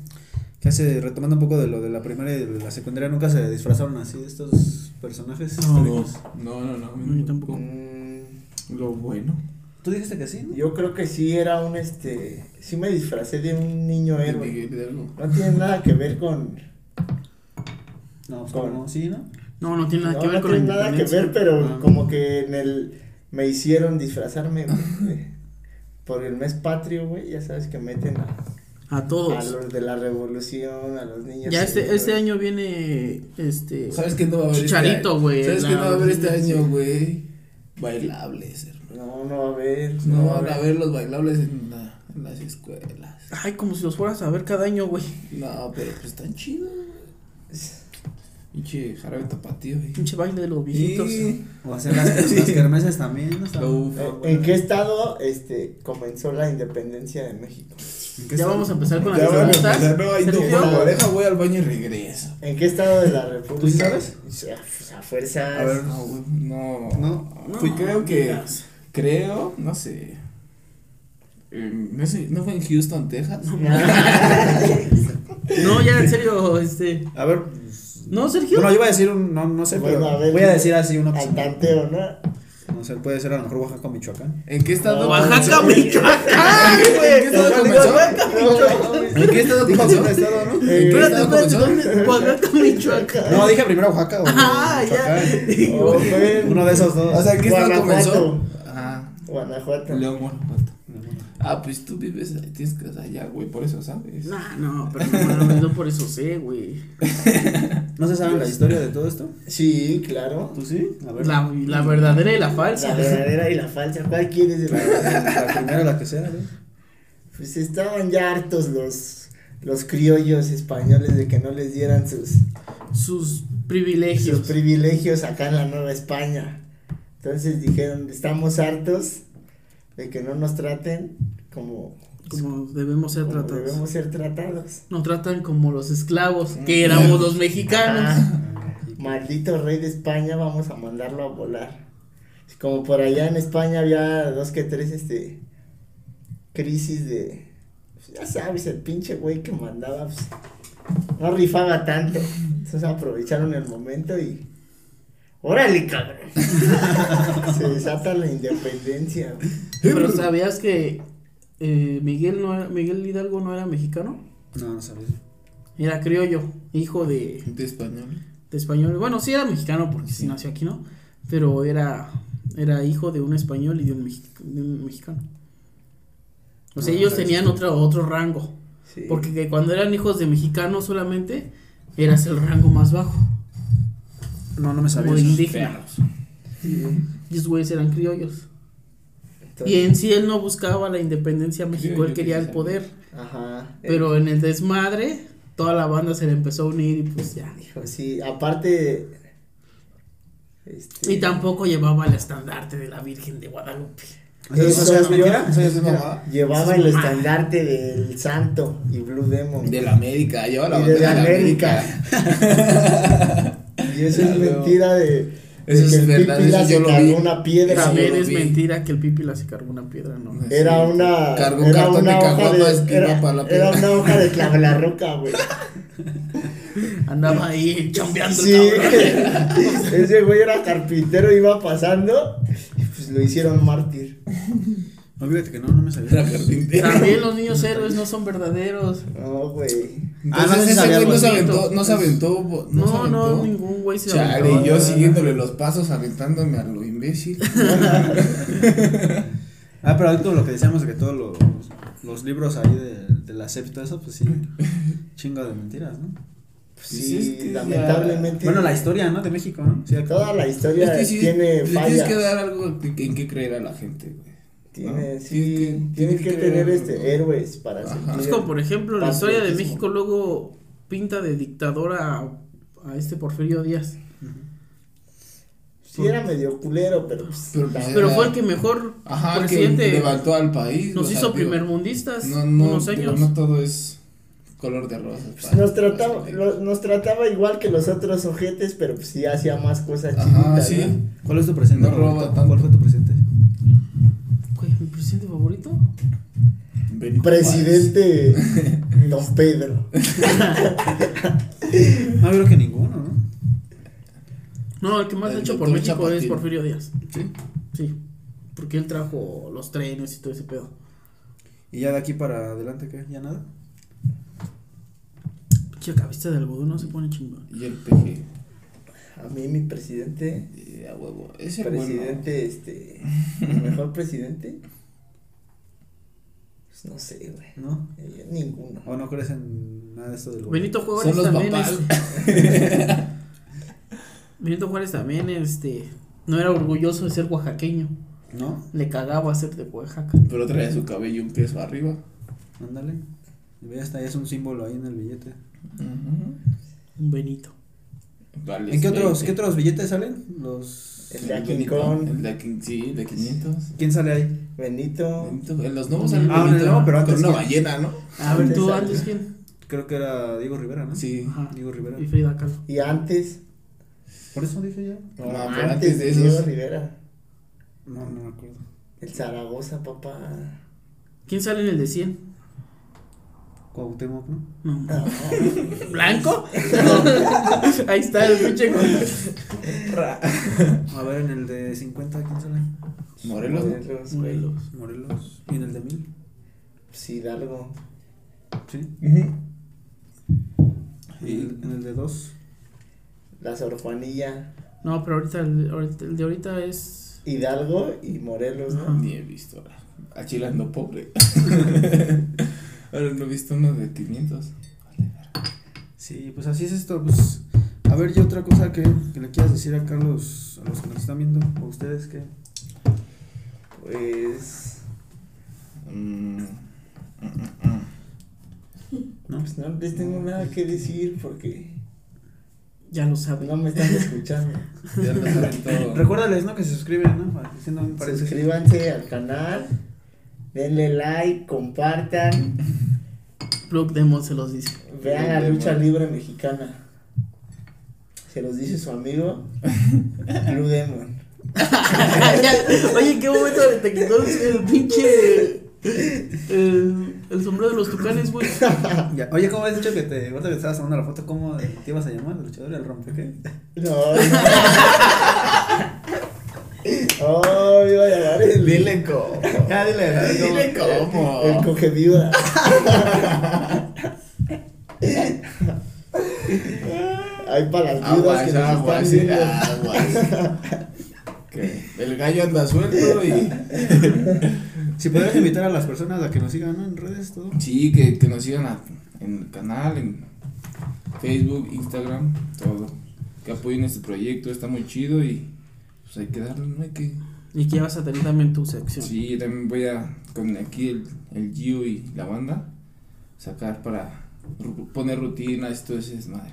[SPEAKER 3] que hace, retomando un poco de lo de la primaria y de la secundaria, nunca se disfrazaron así de estos personajes históricos.
[SPEAKER 9] No, no, no.
[SPEAKER 2] No, yo tampoco.
[SPEAKER 8] Mm,
[SPEAKER 9] Lo bueno.
[SPEAKER 3] Tú dijiste que sí, ¿no?
[SPEAKER 8] Yo creo que sí era un este. Sí me disfracé de un niño
[SPEAKER 9] De
[SPEAKER 8] héroe.
[SPEAKER 9] Miguel Hidalgo.
[SPEAKER 8] No tiene nada que ver con.
[SPEAKER 3] No, pues
[SPEAKER 8] Con-
[SPEAKER 3] como, sí, ¿no?
[SPEAKER 6] No, no tiene nada
[SPEAKER 8] No,
[SPEAKER 6] que ver
[SPEAKER 8] no
[SPEAKER 6] con la
[SPEAKER 8] tiene nada que
[SPEAKER 6] independencia.
[SPEAKER 8] ver, pero
[SPEAKER 3] Ah.
[SPEAKER 8] como que en el me hicieron disfrazarme güey, por el mes patrio, güey, ya sabes que meten a,
[SPEAKER 6] A
[SPEAKER 8] a
[SPEAKER 6] todos.
[SPEAKER 8] los de la revolución, a los niños.
[SPEAKER 6] Ya
[SPEAKER 8] que-
[SPEAKER 6] este, este año viene este
[SPEAKER 9] ¿Sabes qué no va a haber? este
[SPEAKER 6] Chicharito,
[SPEAKER 9] año?
[SPEAKER 6] güey.
[SPEAKER 9] ¿Sabes qué
[SPEAKER 6] la-
[SPEAKER 9] no va a haber este año, güey? Bailables, hermano.
[SPEAKER 8] No, no va a haber.
[SPEAKER 9] No
[SPEAKER 8] va
[SPEAKER 9] van a ver los bailables en, la- en las escuelas.
[SPEAKER 6] Ay, como si los fueras a ver cada año, güey.
[SPEAKER 9] No, pero pues están chidos. Pinche jarabe tapatío, güey.
[SPEAKER 6] Pinche baile de los viejitos.
[SPEAKER 9] Sí.
[SPEAKER 3] O hacer las, las kermeses también, ¿no?
[SPEAKER 9] Uf.
[SPEAKER 8] Eh, ¿En qué estado este comenzó la independencia de México?
[SPEAKER 3] ¿En qué
[SPEAKER 6] Ya
[SPEAKER 3] está-
[SPEAKER 6] vamos a empezar con las
[SPEAKER 9] Ya van a
[SPEAKER 6] preguntas.
[SPEAKER 9] empezar, no, ahí no,
[SPEAKER 6] Sergio.
[SPEAKER 9] por la oreja voy al baño y regreso.
[SPEAKER 8] ¿En qué estado de la República?
[SPEAKER 3] sí sabes?
[SPEAKER 8] O sea, pues, a fuerzas.
[SPEAKER 3] A ver.
[SPEAKER 9] No, güey, no.
[SPEAKER 3] No,
[SPEAKER 9] Pues creo que. Creo, no sé. En- no sé, no fue en Houston, Texas.
[SPEAKER 6] No, ya en serio, este.
[SPEAKER 3] A ver.
[SPEAKER 6] No, Sergio.
[SPEAKER 3] Bueno, yo voy a decir un. No, no sé,
[SPEAKER 8] Bueno,
[SPEAKER 3] pero.
[SPEAKER 8] a ver,
[SPEAKER 3] voy a decir así uno que se
[SPEAKER 8] Al
[SPEAKER 3] me-
[SPEAKER 8] tanteo, ¿no?
[SPEAKER 3] No sé, puede ser a lo mejor Oaxaca o Michoacán.
[SPEAKER 9] ¿En qué estado?
[SPEAKER 6] Oaxaca,
[SPEAKER 9] comenzó?
[SPEAKER 6] Michoacán,
[SPEAKER 9] ¿En qué
[SPEAKER 6] güey.
[SPEAKER 9] estado comenzó? ¿En qué estado comenzó?
[SPEAKER 3] un estado, ¿no? Eh,
[SPEAKER 9] ¿En qué
[SPEAKER 6] Espérate,
[SPEAKER 9] estado
[SPEAKER 6] espérate,
[SPEAKER 9] comenzó?
[SPEAKER 6] ¿dónde? Oaxaca, Michoacán.
[SPEAKER 3] No, dije primero Oaxaca o
[SPEAKER 6] Ah, ya.
[SPEAKER 3] Michoacán.
[SPEAKER 8] O fue en
[SPEAKER 3] Uno de esos dos.
[SPEAKER 9] O sea, ¿en qué estado comenzó?
[SPEAKER 8] Guanajuato.
[SPEAKER 9] Ah,
[SPEAKER 8] Guanajuato.
[SPEAKER 9] León, Guanajuato. Ah, pues tú vives, tienes casa allá, güey, por eso sabes.
[SPEAKER 6] Nah, no, pero no, mames, no por eso sé, güey.
[SPEAKER 3] ¿No se saben la historia de todo esto?
[SPEAKER 8] Sí, claro.
[SPEAKER 3] ¿Tú sí? A ver.
[SPEAKER 6] La, la verdadera y la falsa.
[SPEAKER 8] La verdadera y la falsa. ¿Cuál quieres de la verdadera?
[SPEAKER 3] La primera, la que sea, ¿no?
[SPEAKER 8] Pues estaban ya hartos los, los criollos españoles de que no les dieran sus,
[SPEAKER 6] Sus
[SPEAKER 8] sus
[SPEAKER 6] privilegios.
[SPEAKER 8] privilegios acá en la Nueva España. Entonces dijeron, estamos hartos de que no nos traten como,
[SPEAKER 6] como debemos ser
[SPEAKER 8] como
[SPEAKER 6] tratados.
[SPEAKER 8] debemos ser tratados.
[SPEAKER 6] Nos tratan como los esclavos, que éramos los mexicanos.
[SPEAKER 8] Ah, maldito rey de España, vamos a mandarlo a volar. Es Como por allá en España había dos que tres este crisis de pues, ya sabes, el pinche güey que mandaba pues, no rifaba tanto. Entonces aprovecharon el momento y órale, cabrón. Se desata la independencia. güey.
[SPEAKER 6] Pero ¿sabías que eh, Miguel, no era- Miguel Hidalgo no era mexicano?
[SPEAKER 3] No, no sabes.
[SPEAKER 6] Era criollo, hijo de,
[SPEAKER 9] De español.
[SPEAKER 6] de español. Bueno, sí era mexicano porque sí nació aquí, ¿no? Pero era, era hijo de un español y de un, mexi- de un mexicano. O sea,
[SPEAKER 3] No,
[SPEAKER 6] ellos
[SPEAKER 3] no sabía
[SPEAKER 6] tenían
[SPEAKER 3] eso.
[SPEAKER 6] otro, otro rango. Porque que cuando eran hijos de mexicanos solamente, eras el rango más bajo.
[SPEAKER 3] No, no me sabía.
[SPEAKER 6] Como
[SPEAKER 3] eso.
[SPEAKER 6] indígena. Y esos güeyes eran criollos.
[SPEAKER 8] Entonces,
[SPEAKER 6] Y en sí él no buscaba la independencia a México,
[SPEAKER 9] Criollo,
[SPEAKER 6] él quería el
[SPEAKER 9] precisamente.
[SPEAKER 6] poder.
[SPEAKER 8] Ajá.
[SPEAKER 3] Eh.
[SPEAKER 6] Pero en el desmadre, toda la banda se le empezó a unir y pues ya.
[SPEAKER 8] Hijo, sí, aparte este,
[SPEAKER 6] Y tampoco llevaba el estandarte de la Virgen de Guadalupe.
[SPEAKER 3] O sea, ¿Eso
[SPEAKER 8] Eso
[SPEAKER 3] ya es
[SPEAKER 8] no.
[SPEAKER 3] mentira? ¿Eso ya es mamada?
[SPEAKER 8] Llevaba
[SPEAKER 6] Eso
[SPEAKER 8] el
[SPEAKER 6] es mamá.
[SPEAKER 8] estandarte del santo y Blue Demon.
[SPEAKER 9] De la América, lleva la
[SPEAKER 8] Y de
[SPEAKER 9] bandera
[SPEAKER 8] la
[SPEAKER 9] de la
[SPEAKER 8] América.
[SPEAKER 9] América.
[SPEAKER 8] Y eso es
[SPEAKER 9] Ya veo.
[SPEAKER 8] mentira de, de
[SPEAKER 9] Eso
[SPEAKER 8] que
[SPEAKER 9] es
[SPEAKER 8] el
[SPEAKER 9] verdad,
[SPEAKER 8] Pipila
[SPEAKER 9] eso
[SPEAKER 8] se
[SPEAKER 9] yo lo
[SPEAKER 8] cargó
[SPEAKER 9] vi.
[SPEAKER 8] una piedra.
[SPEAKER 9] Eso
[SPEAKER 8] güey.
[SPEAKER 6] También
[SPEAKER 9] lo
[SPEAKER 6] es
[SPEAKER 9] vi.
[SPEAKER 6] mentira que el Pipila se cargó una piedra, ¿no.
[SPEAKER 8] Era una.
[SPEAKER 9] Cargo un
[SPEAKER 8] era
[SPEAKER 9] cartón
[SPEAKER 8] una
[SPEAKER 9] de
[SPEAKER 8] hoja
[SPEAKER 9] caguamas
[SPEAKER 8] de-
[SPEAKER 9] que
[SPEAKER 8] era,
[SPEAKER 9] iba para la
[SPEAKER 8] era
[SPEAKER 9] piedra.
[SPEAKER 8] una hoja de clavelarroca, güey.
[SPEAKER 6] Andaba ahí chambeando el
[SPEAKER 8] Sí,
[SPEAKER 6] cabrón.
[SPEAKER 8] ese güey era carpintero, iba pasando y pues lo hicieron mártir.
[SPEAKER 3] No, fíjate que no, no me
[SPEAKER 9] Era
[SPEAKER 3] sabía.
[SPEAKER 9] carpintero.
[SPEAKER 6] También los niños héroes no son verdaderos.
[SPEAKER 8] No, güey.
[SPEAKER 9] Entonces
[SPEAKER 3] Ah, no, sí
[SPEAKER 9] ese
[SPEAKER 3] sabía
[SPEAKER 9] güey no se
[SPEAKER 6] bonito.
[SPEAKER 9] aventó, no se aventó, bo- no, se
[SPEAKER 6] No,
[SPEAKER 9] aventó.
[SPEAKER 6] no, ningún güey se
[SPEAKER 9] Chale,
[SPEAKER 6] aventó.
[SPEAKER 9] y yo siguiéndole los pasos, aventándome a lo imbécil.
[SPEAKER 3] Ah, pero ahorita lo que decíamos de que todos los, los libros ahí de, de la SEP y todo eso, pues sí, chingo de mentiras, ¿no?
[SPEAKER 9] Pues
[SPEAKER 8] Pues sí,
[SPEAKER 9] es que ya-
[SPEAKER 8] lamentablemente.
[SPEAKER 3] Bueno, la historia, ¿no? De México, ¿no? Sí, acá.
[SPEAKER 8] Toda la
[SPEAKER 9] Es
[SPEAKER 8] historia
[SPEAKER 9] que sí,
[SPEAKER 8] tiene
[SPEAKER 9] pues,
[SPEAKER 8] fallas.
[SPEAKER 9] tienes que dar algo que- en qué creer a la gente, güey.
[SPEAKER 8] Tiene,
[SPEAKER 9] ¿no?
[SPEAKER 8] sí,
[SPEAKER 9] Tienes que- tienes
[SPEAKER 8] tienes que,
[SPEAKER 9] que
[SPEAKER 8] tener
[SPEAKER 9] creer, ¿no?
[SPEAKER 8] este héroes para
[SPEAKER 9] Ajá.
[SPEAKER 8] sentir
[SPEAKER 6] Es
[SPEAKER 8] el-
[SPEAKER 6] como, por ejemplo, la historia de
[SPEAKER 8] patriotismo.
[SPEAKER 6] México luego pinta de dictadora a, a este Porfirio Díaz.
[SPEAKER 9] Eh,
[SPEAKER 8] Sí, era medio culero, pero pues,
[SPEAKER 9] Pero, pues,
[SPEAKER 8] la-
[SPEAKER 6] Pero
[SPEAKER 9] Era-
[SPEAKER 6] fue el que mejor
[SPEAKER 9] Ajá,
[SPEAKER 6] presidente
[SPEAKER 9] que levantó al país.
[SPEAKER 6] nos
[SPEAKER 9] o sea,
[SPEAKER 6] hizo
[SPEAKER 9] digo,
[SPEAKER 6] primermundistas
[SPEAKER 9] No, no,
[SPEAKER 6] unos
[SPEAKER 9] digo,
[SPEAKER 6] años.
[SPEAKER 9] no todo es color de rosa.
[SPEAKER 8] pues, nos trataba, lo- nos trataba igual que los otros ojetes, pero pues sí hacía más cosas
[SPEAKER 9] Ajá,
[SPEAKER 8] chiditas,
[SPEAKER 9] sí.
[SPEAKER 8] ¿no?
[SPEAKER 3] ¿Cuál es tu presente?
[SPEAKER 9] No roba
[SPEAKER 3] favorito?
[SPEAKER 9] tanto.
[SPEAKER 3] ¿Cuál fue tu presente?
[SPEAKER 6] Güey, mi presidente favorito.
[SPEAKER 9] Benito
[SPEAKER 8] Presidente Don Pedro.
[SPEAKER 3] No, yo creo que ninguno, ¿no?
[SPEAKER 6] No, el que más
[SPEAKER 9] El
[SPEAKER 6] ha hecho por
[SPEAKER 9] doctor
[SPEAKER 6] México es
[SPEAKER 9] Chapatín.
[SPEAKER 6] Porfirio Díaz.
[SPEAKER 9] Juárez. Sí.
[SPEAKER 6] Sí. Porque él trajo los trenes y todo ese pedo.
[SPEAKER 3] Y ya de aquí para adelante, ¿qué? ¿Ya nada?
[SPEAKER 6] Pinche cabeza de algodón, no se pone chingón.
[SPEAKER 9] Y el PG.
[SPEAKER 8] A mí mi presidente,
[SPEAKER 9] eh, a huevo. Ese
[SPEAKER 8] presidente, este, el mejor presidente. Pues no sé, güey.
[SPEAKER 3] ¿no?
[SPEAKER 8] Eh, Ninguno.
[SPEAKER 3] O no crees en nada de esto del gobierno.
[SPEAKER 6] Benito
[SPEAKER 9] bueno.
[SPEAKER 6] Juárez
[SPEAKER 9] Son los
[SPEAKER 6] también.
[SPEAKER 9] papás.
[SPEAKER 6] este- Benito Juárez también, este. No era orgulloso de ser oaxaqueño.
[SPEAKER 3] ¿No?
[SPEAKER 6] Le cagaba ser de Oaxaca.
[SPEAKER 9] Pero traía su cabello un peso arriba.
[SPEAKER 3] Ándale. Ve, hasta ahí es un símbolo ahí en el billete.
[SPEAKER 6] Un Benito.
[SPEAKER 9] Vale,
[SPEAKER 3] ¿En qué otros,
[SPEAKER 9] 20.
[SPEAKER 3] qué otros billetes salen? Los...
[SPEAKER 8] El de King
[SPEAKER 9] Benito, El
[SPEAKER 8] Kong,
[SPEAKER 9] de King, sí, el de 500.
[SPEAKER 3] ¿Quién sale ahí?
[SPEAKER 8] Benito.
[SPEAKER 9] Benito, En los nuevos salen
[SPEAKER 3] Ah, en el
[SPEAKER 9] Benito,
[SPEAKER 3] nuevo, pero
[SPEAKER 9] con
[SPEAKER 3] antes
[SPEAKER 9] una
[SPEAKER 3] que-
[SPEAKER 9] ballena, ¿no?
[SPEAKER 6] A ver, tú
[SPEAKER 8] Exacto.
[SPEAKER 6] antes quién.
[SPEAKER 3] Creo que era Diego Rivera, ¿no?
[SPEAKER 9] Sí.
[SPEAKER 6] Ajá.
[SPEAKER 3] Diego Rivera.
[SPEAKER 6] Y Frida Kahlo.
[SPEAKER 8] Y antes.
[SPEAKER 3] Por eso dije ya.
[SPEAKER 9] No, pero antes de esos-
[SPEAKER 8] Diego Rivera.
[SPEAKER 3] No, no me acuerdo.
[SPEAKER 8] El Zaragoza, papá.
[SPEAKER 6] ¿Quién sale en el de 100?
[SPEAKER 3] Cuauhtémoc, ¿no?
[SPEAKER 6] No.
[SPEAKER 9] Ah,
[SPEAKER 8] No,
[SPEAKER 6] ¿Blanco? Ahí está el pinche. con-
[SPEAKER 3] A ver, en el de 50, ¿quién sale?
[SPEAKER 9] Morelos. ¿no?
[SPEAKER 8] Morelos, güey.
[SPEAKER 6] Morelos.
[SPEAKER 3] Morelos. ¿Y en el de 1000?
[SPEAKER 8] Pues Hidalgo.
[SPEAKER 3] Sí. ¿Y
[SPEAKER 9] Y-
[SPEAKER 3] en el de 2?
[SPEAKER 8] La Sor Juanilla.
[SPEAKER 6] No, pero ahorita el, ahorita- el de ahorita es.
[SPEAKER 8] Hidalgo y Morelos, ¿no?
[SPEAKER 9] Ni he visto. A Chile ando pobre. Ahora no he visto uno de 500.
[SPEAKER 3] Sí, pues así es esto. Pues, a ver, y otra cosa que, que le quieras decir a Carlos, a los que nos están viendo, o ustedes que.
[SPEAKER 8] Pues.
[SPEAKER 9] Mm, mm, mm, mm.
[SPEAKER 3] ¿No?
[SPEAKER 8] Pues no les tengo nada que decir porque
[SPEAKER 6] Ya lo saben.
[SPEAKER 8] no me están escuchando.
[SPEAKER 9] Ya lo saben todo.
[SPEAKER 3] Recuérdales, ¿no? Que se suscriben, ¿no? Para que si no me parece.
[SPEAKER 8] Suscríbanse al canal, denle like, compartan,
[SPEAKER 6] Plug Demon se los dice.
[SPEAKER 8] vean la
[SPEAKER 9] Denle
[SPEAKER 8] lucha
[SPEAKER 9] like.
[SPEAKER 8] libre mexicana. Se los dice su amigo Blue Demon.
[SPEAKER 6] Oye, qué momento te quitó el pinche. El, el sombrero de los tucanes, güey.
[SPEAKER 3] Ya. Oye, ¿cómo habías dicho que te. Ahorita que estabas tomando la foto, ¿cómo te ibas a llamar? ¿El luchador? ¿El rompe qué?
[SPEAKER 8] No. Oh, me iba a llamar el.
[SPEAKER 9] Dile cómo.
[SPEAKER 8] Ya, dile,
[SPEAKER 9] Dile cómo.
[SPEAKER 8] El coge viuda. Hay para las viudas
[SPEAKER 9] Aguas,
[SPEAKER 8] que nos
[SPEAKER 9] aguas,
[SPEAKER 8] están
[SPEAKER 9] eh,
[SPEAKER 8] viendo.
[SPEAKER 9] aguas. Que El gallo anda suelto y.
[SPEAKER 3] Si pudieras invitar a las personas a que nos sigan ¿no? en redes, todo.
[SPEAKER 9] Sí, que, que nos sigan a- en el canal, en Facebook, Instagram, todo. Que apoyen este proyecto, está muy chido y pues hay que darle, ¿no? Hay que.
[SPEAKER 6] Y que ya vas a tener también tu sección.
[SPEAKER 9] Sí, yo también voy a, con aquí el, el Gio y la banda, sacar para ru- poner rutina, esto es desmadre.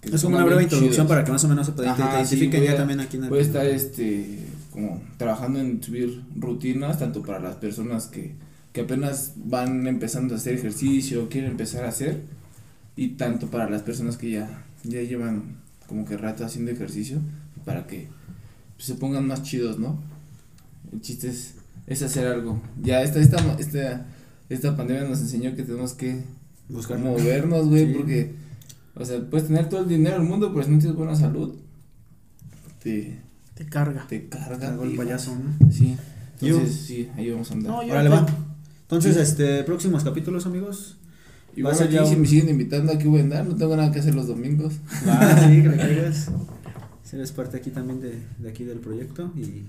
[SPEAKER 9] Que
[SPEAKER 3] Es como
[SPEAKER 9] suena
[SPEAKER 3] una breve
[SPEAKER 9] bien chido.
[SPEAKER 3] introducción para que más o menos se te, te
[SPEAKER 9] Ajá, sí,
[SPEAKER 3] identifiquen
[SPEAKER 9] voy
[SPEAKER 3] ya
[SPEAKER 9] a-
[SPEAKER 3] también aquí en el.
[SPEAKER 9] Voy a estar este, como trabajando en subir rutinas, tanto para las personas que, que apenas van empezando a hacer ejercicio, quieren empezar a hacer, y tanto para las personas que ya, ya llevan como que rato haciendo ejercicio, para que pues, se pongan más chidos, ¿no? El chiste es, es hacer algo. Ya esta, esta, ma- esta, esta pandemia nos enseñó que tenemos que
[SPEAKER 3] Buscar.
[SPEAKER 9] movernos, güey,
[SPEAKER 3] Sí.
[SPEAKER 9] porque, o sea, puedes tener todo el dinero del mundo, pero si no tienes buena salud, te,
[SPEAKER 6] Te carga.
[SPEAKER 9] te carga.
[SPEAKER 3] Algo el
[SPEAKER 9] tío.
[SPEAKER 3] payaso, ¿no?
[SPEAKER 9] Sí,
[SPEAKER 3] Yo.
[SPEAKER 9] entonces, sí, ahí vamos a andar.
[SPEAKER 6] No, yo
[SPEAKER 3] Órale,
[SPEAKER 6] te-
[SPEAKER 3] va. Entonces, este, próximos capítulos, amigos.
[SPEAKER 9] y
[SPEAKER 3] va a
[SPEAKER 9] bueno,
[SPEAKER 3] ser
[SPEAKER 9] aquí
[SPEAKER 3] ya
[SPEAKER 9] si
[SPEAKER 3] un-
[SPEAKER 9] me siguen invitando, aquí voy a andar, no tengo nada que hacer los domingos.
[SPEAKER 3] Va, Ah, sí, que le caigas. Si eres parte aquí también de, de aquí del proyecto. Y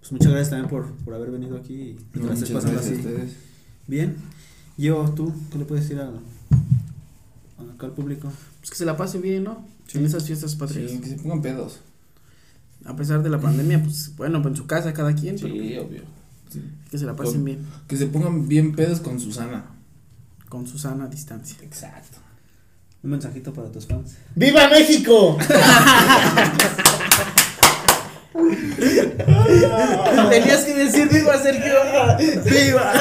[SPEAKER 3] pues muchas gracias también por, por haber venido aquí y que te la
[SPEAKER 9] Muchas
[SPEAKER 3] estés pasando
[SPEAKER 9] gracias a
[SPEAKER 3] así.
[SPEAKER 9] ustedes.
[SPEAKER 3] Bien. Yo, tú, ¿qué le puedes decir a, a acá al público?
[SPEAKER 6] Pues que se la pase bien, ¿no?
[SPEAKER 3] Sí.
[SPEAKER 6] En esas fiestas patrias.
[SPEAKER 9] Sí, que se pongan pedos.
[SPEAKER 6] A pesar de la pandemia, pues bueno, en su casa cada quien,
[SPEAKER 9] Sí, obvio. Sí.
[SPEAKER 6] pero que se la pasen
[SPEAKER 9] Con-
[SPEAKER 6] bien.
[SPEAKER 9] Que se pongan bien pedos con Susana.
[SPEAKER 6] Con Susana a distancia.
[SPEAKER 9] Exacto.
[SPEAKER 3] Un mensajito para tus fans.
[SPEAKER 8] ¡Viva México!
[SPEAKER 6] Tenías que decir, viva Sergio. Viva.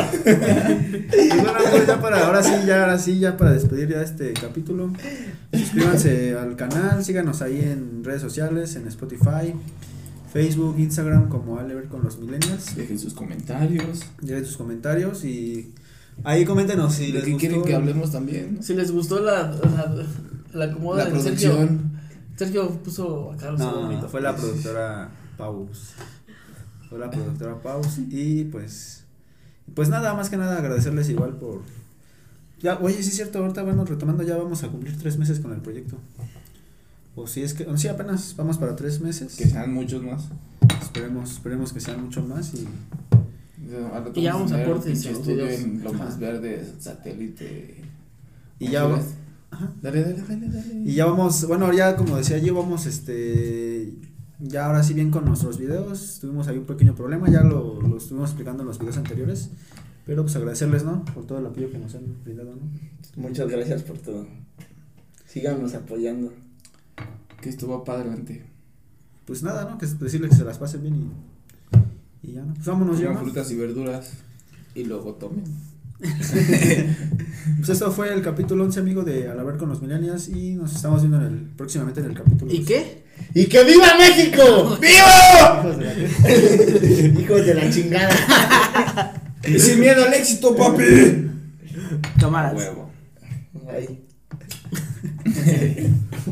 [SPEAKER 3] Y bueno, amigos, ya para, ahora sí, ya, ahora sí, ya para despedir ya este capítulo. Suscríbanse al canal, síganos ahí en redes sociales, en Spotify, Facebook, Instagram, como Alever con los Millennials.
[SPEAKER 9] Dejen sus comentarios.
[SPEAKER 3] Dejen sus comentarios y ahí coméntenos si
[SPEAKER 9] ¿De
[SPEAKER 3] les
[SPEAKER 9] qué
[SPEAKER 3] gustó.
[SPEAKER 9] quieren que hablemos también?
[SPEAKER 6] Si les gustó la, la, la acomoda
[SPEAKER 9] La
[SPEAKER 6] de Sergio.
[SPEAKER 9] producción.
[SPEAKER 6] Sergio puso a Carlos
[SPEAKER 3] No,
[SPEAKER 6] bonito.
[SPEAKER 3] fue la productora Paus. Fue la productora Paus y pues Pues nada, más que nada agradecerles igual por... Ya, oye, sí es cierto, ahorita bueno, retomando ya vamos a cumplir tres meses con el proyecto. O si es que, o sí, apenas vamos para tres meses.
[SPEAKER 9] Que sean muchos más.
[SPEAKER 3] Esperemos, esperemos que sean mucho más y
[SPEAKER 9] Al rato
[SPEAKER 2] Y ya vamos a
[SPEAKER 9] tener un
[SPEAKER 2] cortes,
[SPEAKER 9] pinche
[SPEAKER 2] en los
[SPEAKER 9] estudio
[SPEAKER 2] videos.
[SPEAKER 9] en lo más
[SPEAKER 3] Ajá.
[SPEAKER 9] verde, satélite.
[SPEAKER 3] Y ya
[SPEAKER 9] Ajá.
[SPEAKER 3] va- ajá.
[SPEAKER 9] Dale, dale, dale, dale.
[SPEAKER 3] Y ya vamos, bueno, ya como decía allí, vamos este. Ya ahora sí bien con nuestros videos. Tuvimos ahí un pequeño problema, ya lo, lo estuvimos explicando en los videos anteriores. Pero pues agradecerles, ¿no? Por todo el apoyo que nos han brindado, ¿no?
[SPEAKER 8] Muchas gracias por todo. Síganos apoyando.
[SPEAKER 9] Que estuvo padre antes.
[SPEAKER 3] Pues nada, ¿no? Que es- decirles que se las pasen bien y. Y ya, ¿no? Pues vámonos ya.
[SPEAKER 9] Coman
[SPEAKER 3] ¿no?
[SPEAKER 9] frutas y verduras. Y luego tomen.
[SPEAKER 3] Pues esto fue el capítulo 11, amigo, de Alabar con los Millennials. Y nos estamos viendo en el, próximamente en el capítulo
[SPEAKER 2] ¿Y
[SPEAKER 3] 12.
[SPEAKER 2] qué?
[SPEAKER 8] ¡Y que viva México! ¡Viva! Hijos de la chingada.
[SPEAKER 9] Y sin miedo al éxito, papi.
[SPEAKER 2] Cámaras.
[SPEAKER 9] Huevo.
[SPEAKER 8] Ahí.